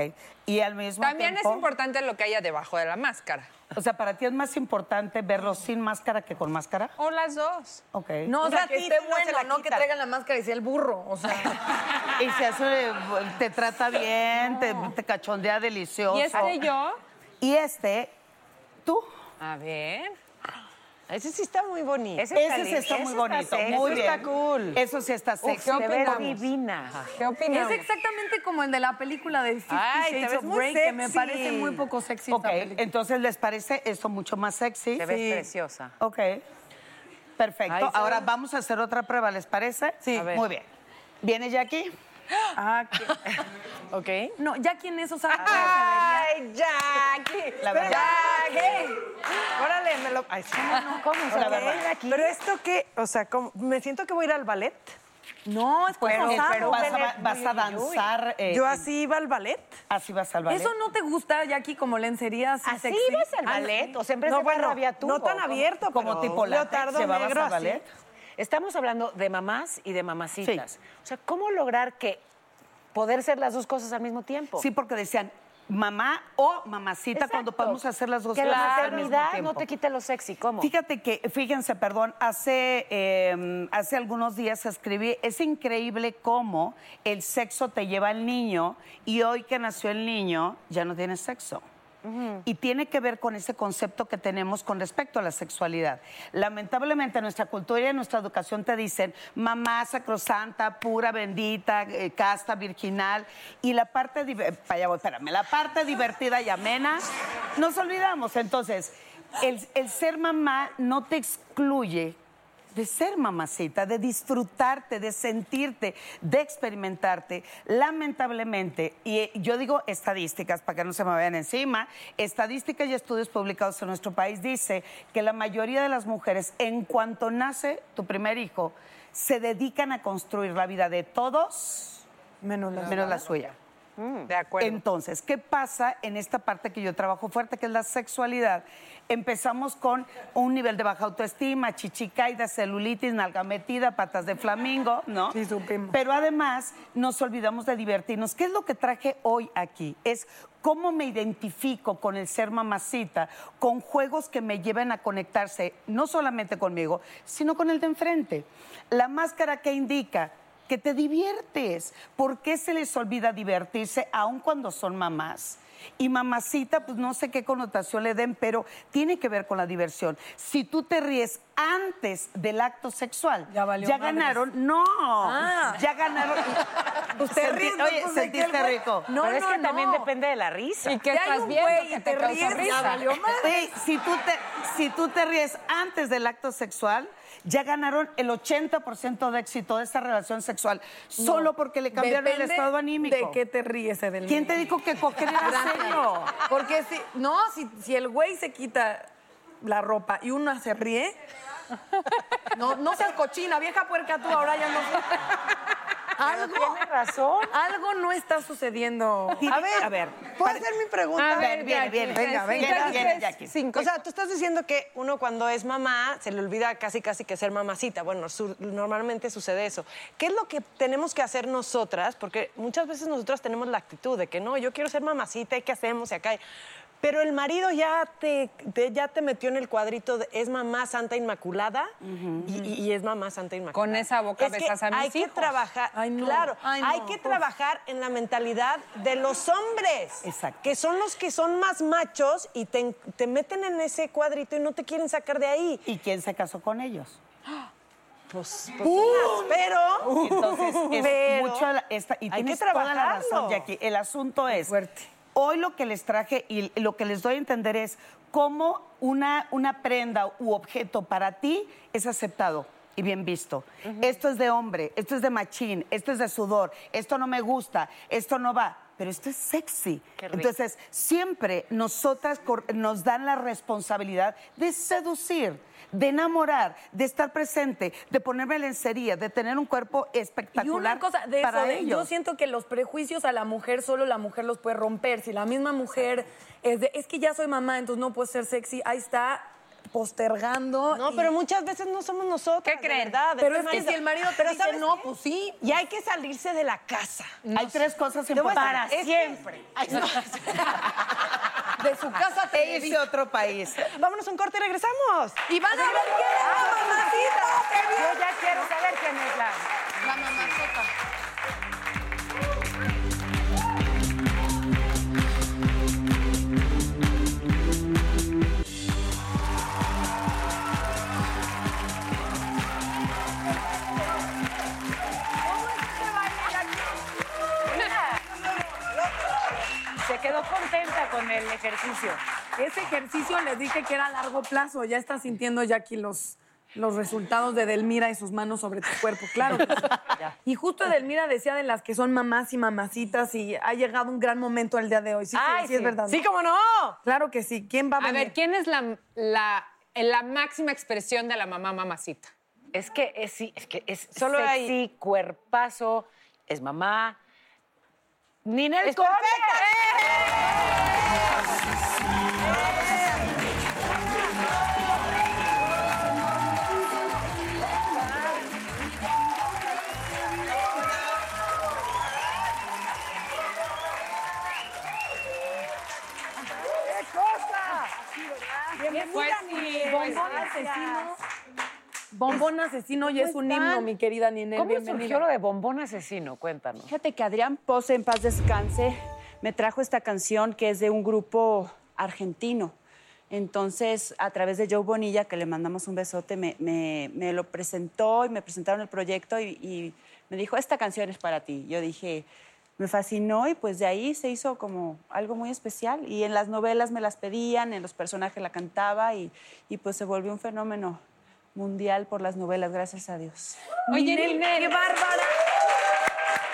Speaker 7: Y al mismo
Speaker 4: También es
Speaker 7: tiempo...
Speaker 4: importante lo que haya debajo de la máscara.
Speaker 7: O sea, ¿para ti es más importante verlo sin máscara que con máscara?
Speaker 4: O las dos.
Speaker 7: Ok.
Speaker 2: No, o
Speaker 7: Un
Speaker 2: sea, que
Speaker 7: ratito
Speaker 3: este
Speaker 2: esté
Speaker 7: y
Speaker 2: bueno,
Speaker 7: se la
Speaker 2: no que
Speaker 7: quitan.
Speaker 2: traigan la máscara y sea el burro, o sea...
Speaker 7: Y si hace, te trata bien, te, te cachondea delicioso.
Speaker 4: ¿Y este yo?
Speaker 7: Y este, tú.
Speaker 4: A ver.
Speaker 3: Ese sí está muy bonito.
Speaker 7: Ese, sí está muy bonito. muy bien. Eso sí está
Speaker 3: Uf,
Speaker 7: sexy.
Speaker 3: te ves
Speaker 7: Vamos.
Speaker 5: divina.
Speaker 4: ¿Qué
Speaker 2: Es exactamente como el de la película de Fifty
Speaker 7: Ay, te
Speaker 2: Shades
Speaker 7: ves
Speaker 2: of
Speaker 7: muy
Speaker 2: Grey, que me
Speaker 7: sexy.
Speaker 2: parece muy poco sexy
Speaker 7: Ok,
Speaker 2: esta película.
Speaker 7: entonces les parece esto mucho más sexy.
Speaker 5: Te ves preciosa.
Speaker 7: Ok. Perfecto.
Speaker 5: Ay, se
Speaker 7: Ahora
Speaker 5: ve-
Speaker 7: vamos a hacer otra prueba, ¿les parece? Sí.
Speaker 5: A ver.
Speaker 7: Muy bien. ¿Viene Jackie?
Speaker 2: Ah,
Speaker 7: ok.
Speaker 2: No, ya quién es, o sea...
Speaker 3: ¡Ay, Jackie!
Speaker 2: La
Speaker 3: Pero,
Speaker 2: verdad.
Speaker 3: Jackie. Órale, me lo. Ay, sí.
Speaker 2: ¿Cómo?
Speaker 3: O sea,
Speaker 2: La
Speaker 3: ¿qué?
Speaker 2: verdad.
Speaker 3: Pero esto qué, o sea, ¿cómo? me siento que voy a ir al ballet.
Speaker 2: No, es
Speaker 7: Pero- posado. Pues pero vas a- vas a danzar, eh,
Speaker 3: Yo así iba al ballet.
Speaker 7: Así vas al ballet.
Speaker 2: ¿Eso no te gusta, Jackie, como lencería
Speaker 3: ¿Ah,
Speaker 2: así, sexy? Ah,
Speaker 5: ibas al ballet? O siempre
Speaker 2: no,
Speaker 5: se
Speaker 2: bueno,
Speaker 5: había tú.
Speaker 2: no tan abierto,
Speaker 5: como
Speaker 2: pero
Speaker 5: tipo
Speaker 2: un
Speaker 5: la
Speaker 2: leotardo negro así.
Speaker 5: Estamos hablando de mamás y de mamacitas. O sea, ¿cómo lograr que poder ser las dos cosas al mismo tiempo?
Speaker 7: Sí, porque decían mamá o mamacita cuando podemos hacer las dos
Speaker 5: Que la
Speaker 7: cosas al mismo
Speaker 5: maternidad no
Speaker 7: tiempo.
Speaker 5: te quite lo sexy. ¿Cómo?
Speaker 7: Fíjate que, fíjense, perdón, hace, eh, hace algunos días escribí, es increíble cómo el sexo te lleva al niño y hoy que nació el niño ya no tiene sexo. Y tiene que ver con ese concepto que tenemos con respecto a la sexualidad. Lamentablemente nuestra cultura y nuestra educación te dicen mamá sacrosanta, pura, bendita, eh, casta, virginal. Y la parte, div- eh, para allá voy, espérame, la parte divertida y amena, nos olvidamos. Entonces, el, el ser mamá no te excluye de ser mamacita, de disfrutarte, de sentirte, de experimentarte. Lamentablemente, y eh, yo digo estadísticas para que no se me vayan encima, estadísticas y estudios publicados en nuestro país dice que la mayoría de las mujeres, en cuanto nace tu primer hijo, se dedican a construir la vida de todos menos la, suya. De acuerdo. Entonces, ¿qué pasa en esta parte que yo trabajo fuerte, que es la sexualidad? Empezamos con un nivel de baja autoestima, chichicaida, celulitis, nalga metida, patas de flamingo, ¿no? Sí, supimos. Pero además nos olvidamos de divertirnos. ¿Qué es lo que traje hoy aquí? Es cómo me identifico con el ser mamacita, con juegos que me lleven a conectarse no solamente conmigo, sino con el de enfrente. La máscara que indica que te diviertes. ¿Por qué se les olvida divertirse aun cuando son mamás? Y mamacita, pues no sé qué connotación le den, pero tiene que ver con la diversión. Si tú te ríes antes del acto sexual, ya,
Speaker 2: madres.
Speaker 7: ganaron, no,
Speaker 2: Ah.
Speaker 7: ya ganaron.
Speaker 2: Usted
Speaker 7: Sentí-
Speaker 2: ríe,
Speaker 7: oye,
Speaker 2: pues, de que el
Speaker 7: sentiste
Speaker 2: güey-
Speaker 7: rico.
Speaker 2: No, Pero es no, que también no.
Speaker 7: depende de la risa.
Speaker 2: Y que Ya hay estás un viendo güey que y te te causa ríes, risa. ya valió madre.
Speaker 7: Güey, si tú te si tú te ríes antes del acto sexual, ya ganaron el 80% de éxito de esa relación sexual solo porque le cambiaron el
Speaker 2: Depende
Speaker 7: estado anímico.
Speaker 2: ¿De qué te ríes, Edelmira?
Speaker 7: ¿Quién te dijo que coger era
Speaker 2: Gracias.
Speaker 7: serio?
Speaker 2: Porque si, no, si, si el güey se quita la ropa y una se ríe. No, no seas cochina, vieja puerca tú, ahora ya no. Algo. Tienes razón. Algo no está sucediendo.
Speaker 3: A ver, ¿puedo hacer mi pregunta?
Speaker 2: A ver, viene, viene. Venga, venga, viene, Jackie.
Speaker 3: O sea, tú estás diciendo que uno cuando es mamá se le olvida casi casi que ser mamacita. Bueno, su- normalmente sucede eso. ¿Qué es lo que tenemos que hacer nosotras? Porque muchas veces nosotras tenemos la actitud de que no, yo quiero ser mamacita, ¿y qué hacemos? Y acá... Pero el marido ya te, te- ya te metió en el cuadrito de es mamá santa inmaculada y, y- y es mamá santa inmaculada. Con esa
Speaker 4: boca besas a mis
Speaker 3: hay que
Speaker 4: hijos.
Speaker 3: trabajar, claro,
Speaker 4: Ay, no,
Speaker 3: hay que
Speaker 4: por-
Speaker 3: trabajar en la mentalidad de los hombres, que son los que son más machos y te, te meten en ese cuadrito y no te quieren sacar de ahí.
Speaker 7: ¿Y quién se casó con ellos?
Speaker 3: Pues, pues,
Speaker 7: ¡Pum!
Speaker 3: unas, pero
Speaker 7: Entonces, es
Speaker 3: Pero
Speaker 7: mucho la- esta- y
Speaker 3: hay que
Speaker 7: tienes toda la
Speaker 3: trabajarlo.
Speaker 7: razón, Jackie. El asunto es, hoy lo que les traje y lo que les doy a entender es cómo una, una prenda u objeto para ti es aceptado y bien visto. Esto es de hombre, esto es de machín, esto es de sudor, esto no me gusta, esto no va. Pero esto es sexy.
Speaker 3: Qué rico.
Speaker 7: Entonces, siempre nosotras cor- nos dan la responsabilidad de seducir, de enamorar, de estar presente, de ponerme lencería, de tener un cuerpo espectacular
Speaker 2: Y una cosa de
Speaker 7: para
Speaker 2: eso, de- yo
Speaker 7: ellos.
Speaker 2: siento que los prejuicios a la mujer solo la mujer los puede romper. Si la misma mujer es de, es que ya soy mamá, entonces no puedo ser sexy, ahí está postergando.
Speaker 3: No, pero muchas veces no somos nosotros. ¿Qué creen?
Speaker 2: Pero es que si el marido te dice no, pues sí.
Speaker 3: Y hay que salirse de la casa.
Speaker 7: Hay tres cosas
Speaker 3: Te voy a
Speaker 7: importantes.
Speaker 3: decir, es que- Ay, no. E
Speaker 7: De su casa te irse a otro país.
Speaker 3: Vámonos a un corte y regresamos.
Speaker 2: Y van a ver quién es la mamacita. ¡Qué bien!
Speaker 3: Yo ya quiero saber quién es la...
Speaker 2: La mamacita.
Speaker 17: Se quedó contenta con el ejercicio.
Speaker 2: Ese ejercicio les dije que era a largo plazo. Ya está sintiendo Jackie los, los resultados de Delmira y sus manos sobre tu cuerpo, claro. que sí. Y justo Delmira decía de las que son mamás y mamacitas y ha llegado un gran momento el día de hoy. Sí, sí,
Speaker 4: Ay,
Speaker 2: sí, es
Speaker 4: sí.
Speaker 2: verdad.
Speaker 4: Sí, cómo no.
Speaker 2: Claro que sí. ¿Quién va a,
Speaker 4: A
Speaker 2: venir?
Speaker 4: ver, ¿quién es la, la, la máxima expresión de la mamá mamacita?
Speaker 5: Es que es, sí, es que es
Speaker 4: Solo
Speaker 5: sexy,
Speaker 4: hay-
Speaker 5: cuerpazo, es mamá. Ninel Conde.
Speaker 3: ¡Qué cosa!
Speaker 2: Bienvenida,
Speaker 3: Pues
Speaker 2: mi
Speaker 3: sí,
Speaker 2: bombón
Speaker 3: pues
Speaker 2: asesino. Bombón asesino y es un himno, mi querida Ninel.
Speaker 5: ¿Cómo
Speaker 2: bienvenida.
Speaker 5: surgió lo de bombón asesino? Cuéntanos.
Speaker 9: Fíjate que Adrián Pose, en paz descanse, me trajo esta canción que es de un grupo argentino. Entonces, a través de Joe Bonilla, que le mandamos un besote, me, me- me lo presentó y me presentaron el proyecto y, y me dijo, esta canción es para ti. Yo dije, me fascinó y pues de ahí se hizo como algo muy especial. Y en las novelas me las pedían, en los personajes la cantaba y, y pues se volvió un fenómeno mundial por las novelas, gracias a Dios.
Speaker 4: Oye, Ninel,
Speaker 9: qué
Speaker 4: bárbara!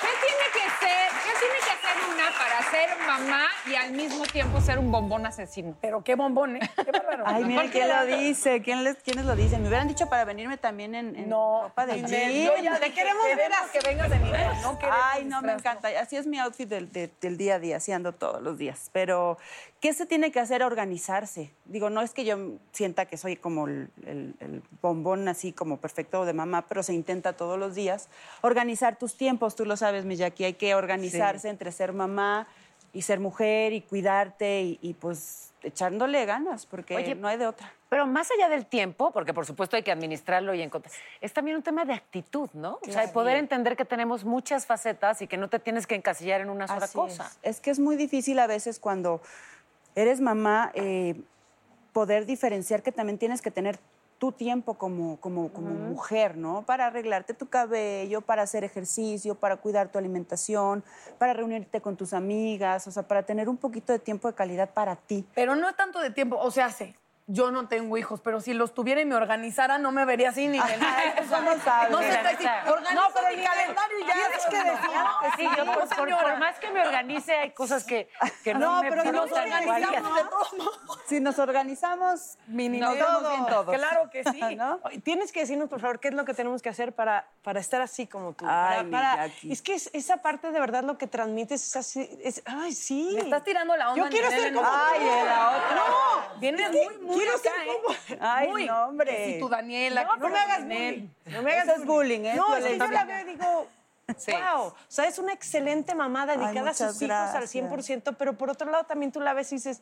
Speaker 4: ¿Qué tiene que ser? ¿Qué tiene que hacer una para ser mamá y al mismo tiempo ser un bombón asesino.
Speaker 2: Pero qué bombón, ¿eh? Qué bárbaro.
Speaker 9: Ay, miren quién lo dice, ¿Quién les, quiénes lo dicen. Me hubieran dicho para venirme también en, en ropa de jean.
Speaker 2: yo ya
Speaker 9: Te
Speaker 2: dije,
Speaker 9: queremos ver
Speaker 2: queremos
Speaker 9: así.
Speaker 2: que vengas en Inés, no queremos
Speaker 9: Ay, no, me encanta. Así es mi outfit del, de- del día a día, así ando todos los días. Pero, ¿qué se tiene que hacer? Organizarse. Digo, no es que yo sienta que soy como el, el- el bombón así como perfecto de mamá, pero se intenta todos los días. Organizar tus tiempos, tú lo sabes, mi Jackie, hay que organizarse entre ser mamá y ser mujer y cuidarte y, y, pues echándole ganas, porque
Speaker 5: Oye,
Speaker 9: no hay de otra.
Speaker 5: Pero más allá del tiempo, porque por supuesto hay que administrarlo y encontrar, es también un tema de actitud, ¿no? O sea, de
Speaker 9: Claro.
Speaker 5: poder entender que tenemos muchas facetas y que no te tienes que encasillar en una sola
Speaker 9: Así
Speaker 5: cosa.
Speaker 9: Es. Es que es muy difícil a veces cuando eres mamá eh, poder diferenciar que también tienes que tener tu tiempo como, como, como mujer, ¿no? Para arreglarte tu cabello, para hacer ejercicio, para cuidar tu alimentación, para reunirte con tus amigas, o sea, para tener un poquito de tiempo de calidad para ti.
Speaker 2: Pero no es tanto de tiempo, o sea, hace. Yo no tengo hijos, pero si los tuviera y me organizara, no me vería así ni de nada. O sea, no
Speaker 9: sabes.
Speaker 2: No se está así.
Speaker 5: Organiza.
Speaker 2: Organizo
Speaker 5: No, pero
Speaker 2: mi
Speaker 5: ni-
Speaker 2: calendario y ya.
Speaker 5: Tienes que decir que sí, yo por- por- por más que me organice, hay cosas que, que no, me
Speaker 9: pero si nos
Speaker 5: brotan igual.
Speaker 9: organizamos de todos modos. Si nos organizamos, mini
Speaker 17: No,
Speaker 9: nos vemos
Speaker 17: todos.
Speaker 9: bien todos.
Speaker 17: Claro que
Speaker 9: sí.
Speaker 17: Oye, Tienes que decirnos, por favor, qué es lo que tenemos que hacer para, para estar así como tú.
Speaker 9: Ay, mi
Speaker 17: Para- para-
Speaker 9: Jackie.
Speaker 17: es que es- esa parte de verdad lo que transmites es así. es- ay, sí.
Speaker 2: Le estás tirando la onda.
Speaker 17: Yo quiero
Speaker 2: Ninel,
Speaker 17: ser
Speaker 2: en
Speaker 17: como.
Speaker 2: esta
Speaker 17: tú.
Speaker 2: vida. No, vienes
Speaker 17: Es que
Speaker 2: muy, muy
Speaker 17: Quiero
Speaker 2: acá,
Speaker 17: ser
Speaker 2: ¿eh?
Speaker 17: como.
Speaker 9: Ay,
Speaker 2: Muy.
Speaker 9: no, hombre.
Speaker 2: Que si tu Daniela,
Speaker 17: No,
Speaker 2: que
Speaker 17: no
Speaker 2: tu
Speaker 17: me hagas
Speaker 2: Ninel.
Speaker 17: bullying. No me hagas
Speaker 9: Eso es bullying, ¿eh?
Speaker 17: No, es que yo
Speaker 9: Violencia.
Speaker 17: la veo y digo, wow. O sea, es una excelente mamá dedicada a
Speaker 9: muchas
Speaker 17: sus hijos al
Speaker 9: gracias.
Speaker 17: 100%, pero por otro lado también tú la ves y dices,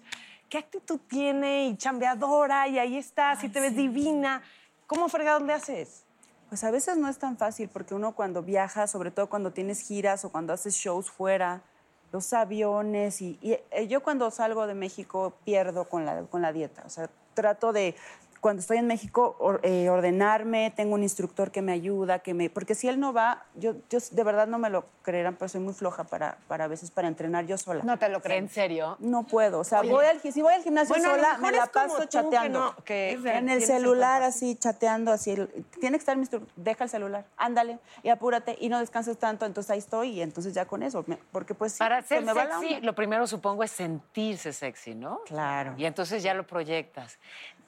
Speaker 17: qué actitud tiene y chambeadora y ahí estás y te ves divina. ¿Cómo fregados le haces?
Speaker 9: Pues a veces no es tan fácil porque uno cuando viaja, sobre todo cuando tienes giras o cuando haces shows fuera, los aviones y, y, eh, yo cuando salgo de México pierdo con la, con la dieta. O sea, trato de, cuando estoy en México, or- eh, ordenarme, tengo un instructor que me ayuda, que me... Porque si él no va, yo, yo de verdad no me lo creerán, pero soy muy floja para, para a veces para entrenar yo sola.
Speaker 5: No te lo creo. ¿En serio?
Speaker 9: No puedo, o sea,
Speaker 5: Oye.
Speaker 9: voy al, gi- si voy al gimnasio
Speaker 5: Bueno, a lo
Speaker 9: sola,
Speaker 5: mejor
Speaker 9: me la
Speaker 5: es como
Speaker 9: paso
Speaker 5: tú que
Speaker 9: chateando.
Speaker 5: no- que-
Speaker 9: en
Speaker 5: que
Speaker 9: el
Speaker 5: tienes
Speaker 9: celular, así, chateando, así. el- Tiene que estar mi instructor, deja el celular, ándale, y apúrate, y no descanses tanto, entonces ahí estoy, y entonces ya con eso, me- porque pues sí,
Speaker 5: Para
Speaker 9: se
Speaker 5: ser
Speaker 9: me va la
Speaker 5: sexy,
Speaker 9: onda.
Speaker 5: lo primero supongo es sentirse sexy, ¿no?
Speaker 9: Claro.
Speaker 5: Y entonces ya lo proyectas.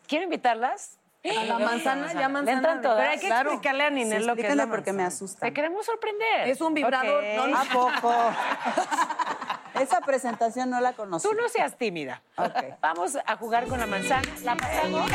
Speaker 5: Quiero invitarlas.
Speaker 2: A la manzana, ya
Speaker 5: Le
Speaker 2: manzana.
Speaker 5: entran todas.
Speaker 2: Pero hay que Claro.
Speaker 5: explicarle a
Speaker 9: Sí,
Speaker 5: Ninel lo que es
Speaker 9: explícale
Speaker 5: la
Speaker 9: porque me
Speaker 5: manzana.
Speaker 9: asusta.
Speaker 5: Te queremos sorprender.
Speaker 2: Es un vibrador,
Speaker 9: Ok,
Speaker 2: no, no.
Speaker 9: ¿A poco? Esa presentación no la conozco.
Speaker 5: Tú no seas tímida. Vamos a jugar con la manzana. La pasamos.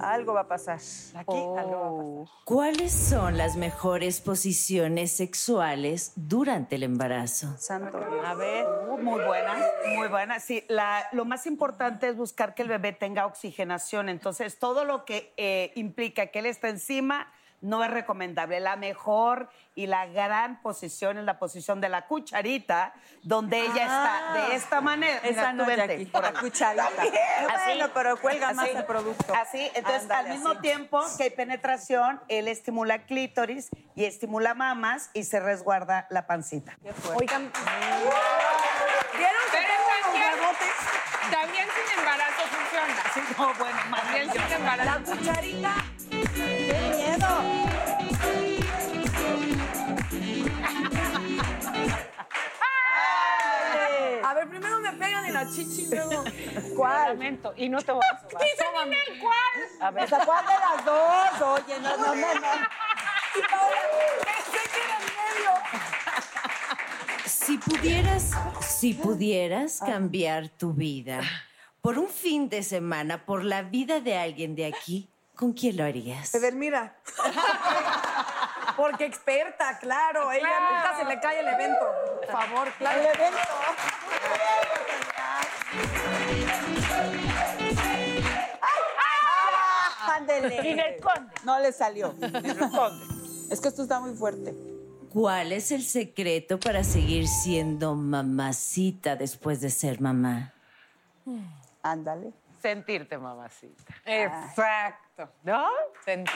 Speaker 9: Algo va a pasar. Aquí algo va a pasar.
Speaker 1: ¿Cuáles son las mejores posiciones sexuales durante el embarazo?
Speaker 9: Santo.
Speaker 7: A ver, Uh, muy buena, muy buena. Sí, la- lo más importante es buscar que el bebé tenga oxigenación. Entonces, todo lo que eh, implica que él está encima no es recomendable. La mejor y la gran posición es la posición de la cucharita, donde ella está de esta manera.
Speaker 9: Esa no,
Speaker 7: tú vente,
Speaker 9: Jackie, por la
Speaker 7: órale.
Speaker 9: cucharita.
Speaker 7: También,
Speaker 9: Así.
Speaker 7: bueno, pero cuelga más
Speaker 9: Así.
Speaker 7: el producto. Así, entonces
Speaker 9: Ándale,
Speaker 7: al mismo
Speaker 9: así.
Speaker 7: tiempo que hay penetración, él estimula clítoris y estimula mamas y se resguarda la pancita.
Speaker 2: Oigan.
Speaker 7: ¿Vieron que
Speaker 4: Pero
Speaker 7: tengo unos
Speaker 4: también,
Speaker 7: huevotes?
Speaker 4: también sin embarazo funciona.
Speaker 7: no, bueno,
Speaker 4: También sin embarazo.
Speaker 7: La cucharita. ¡Qué miedo!
Speaker 2: A ver, primero me pegan en la chichi y luego.
Speaker 9: ¿Cuál?
Speaker 5: Lamento, Y no te voy a sobar.
Speaker 4: Dice Ninel, ¿cuál?
Speaker 5: A ver.
Speaker 9: O sea, ¿cuál de las dos? Oye, no, no, no, no.
Speaker 1: Si pudieras, si pudieras cambiar tu vida por un fin de semana, por la vida de alguien de aquí, ¿con quién lo harías?
Speaker 9: Pues
Speaker 2: Edelmira. Porque experta, claro. Ella
Speaker 4: Claro.
Speaker 2: nunca se le cae el evento. Por favor, claro.
Speaker 9: El evento.
Speaker 5: Ninel
Speaker 9: Ah, Ándele.
Speaker 5: Conde.
Speaker 9: No le salió. Es que esto está muy fuerte.
Speaker 1: ¿Cuál es el secreto para seguir siendo mamacita después de ser mamá?
Speaker 9: Ándale.
Speaker 5: Sentirte, mamacita.
Speaker 4: Exacto.
Speaker 5: ¿No?
Speaker 4: Sentí.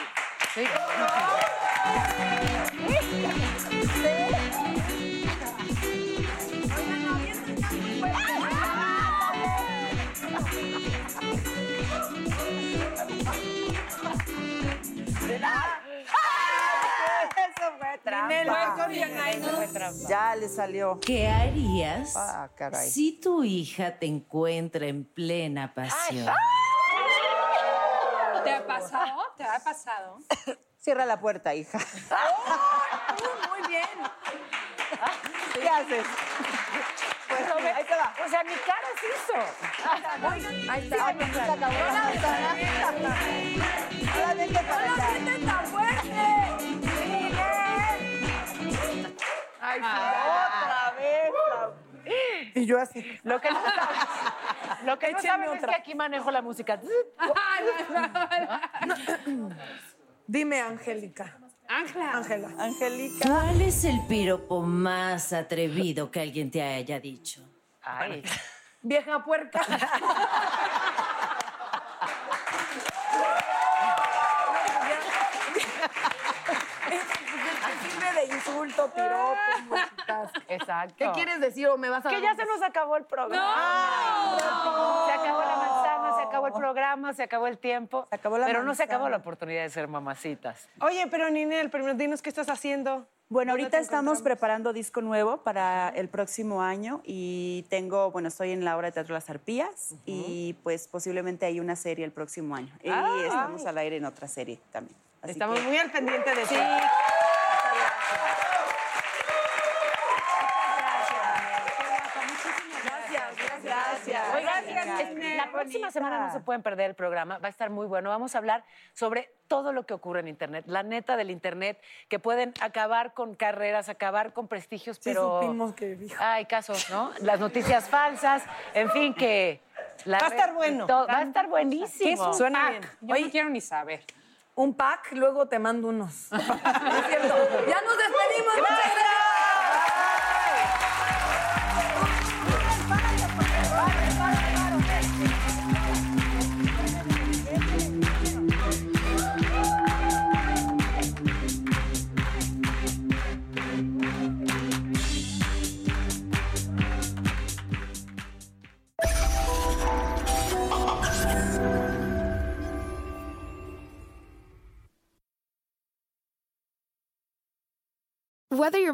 Speaker 4: Sí.
Speaker 7: Eso fue trampa. Eso fue trampa. Ya le salió.
Speaker 18: ¿Qué harías
Speaker 7: Ah, caray.
Speaker 18: si tu hija te encuentra en plena pasión?
Speaker 7: ah,
Speaker 4: ¿Te ha pasado? ¿Te ha pasado?
Speaker 9: Cierra la puerta, hija.
Speaker 4: muy bien.
Speaker 9: ¿Qué haces?
Speaker 4: Bueno,
Speaker 9: mira, Pues ahí te va.
Speaker 4: O sea, mi cara es eso.
Speaker 9: Ahí está. Ahí está. Se acabó la ventana. Solamente para allá.
Speaker 7: Ay, otra vez. Y yo así.
Speaker 5: Lo que no sabes, lo que no
Speaker 7: Échenme
Speaker 5: sabes es
Speaker 7: otra.
Speaker 5: que aquí manejo la música.
Speaker 2: Dime, Angélica. Ángela. Ángela. Angélica.
Speaker 18: ¿Cuál es el piropo más atrevido que alguien te haya dicho?
Speaker 5: Ay.
Speaker 2: Vieja puerca. Sirve de insulto, piropo,
Speaker 5: Exacto.
Speaker 2: ¿Qué quieres decir o me vas a
Speaker 5: Que ya se nos acabó el programa.
Speaker 2: No.
Speaker 5: Se acabó la manzana, se acabó el programa, se acabó el tiempo.
Speaker 17: la
Speaker 5: Pero no
Speaker 17: manzana.
Speaker 5: se acabó la oportunidad de ser mamacitas.
Speaker 3: Oye, pero Ninel, primero dinos qué estás haciendo.
Speaker 9: Bueno, ahorita estamos preparando disco nuevo para el próximo año y tengo, bueno, estoy en la obra de teatro Las Arpías y pues posiblemente hay una serie el próximo año. Y
Speaker 3: Ay.
Speaker 9: estamos al aire en otra serie también.
Speaker 3: Ah.
Speaker 9: Así
Speaker 3: Estamos
Speaker 9: que-
Speaker 3: muy al pendiente de ti.
Speaker 5: Gracias,
Speaker 3: gracias.
Speaker 5: Oigan,
Speaker 3: Gracias.
Speaker 5: es- la próxima semana no se pueden perder el programa, va a estar muy bueno. Vamos a hablar sobre todo lo que ocurre en Internet, la
Speaker 2: Ah,
Speaker 5: neta del Internet, que pueden acabar con carreras, acabar con prestigios, pero...
Speaker 2: supimos que dijo.
Speaker 5: Hay casos, ¿no? Las noticias falsas, en fin, que... la
Speaker 2: Va a
Speaker 5: red
Speaker 2: estar
Speaker 5: y
Speaker 2: bueno.
Speaker 5: todo- Va a estar buenísimo.
Speaker 2: ¿Qué es un
Speaker 5: Suena
Speaker 2: pack?
Speaker 5: bien.
Speaker 2: Yo no quiero ni saber. Un pack, luego te mando unos. No es cierto. ya nos despedimos. Muchas gracias.
Speaker 14: Whether you're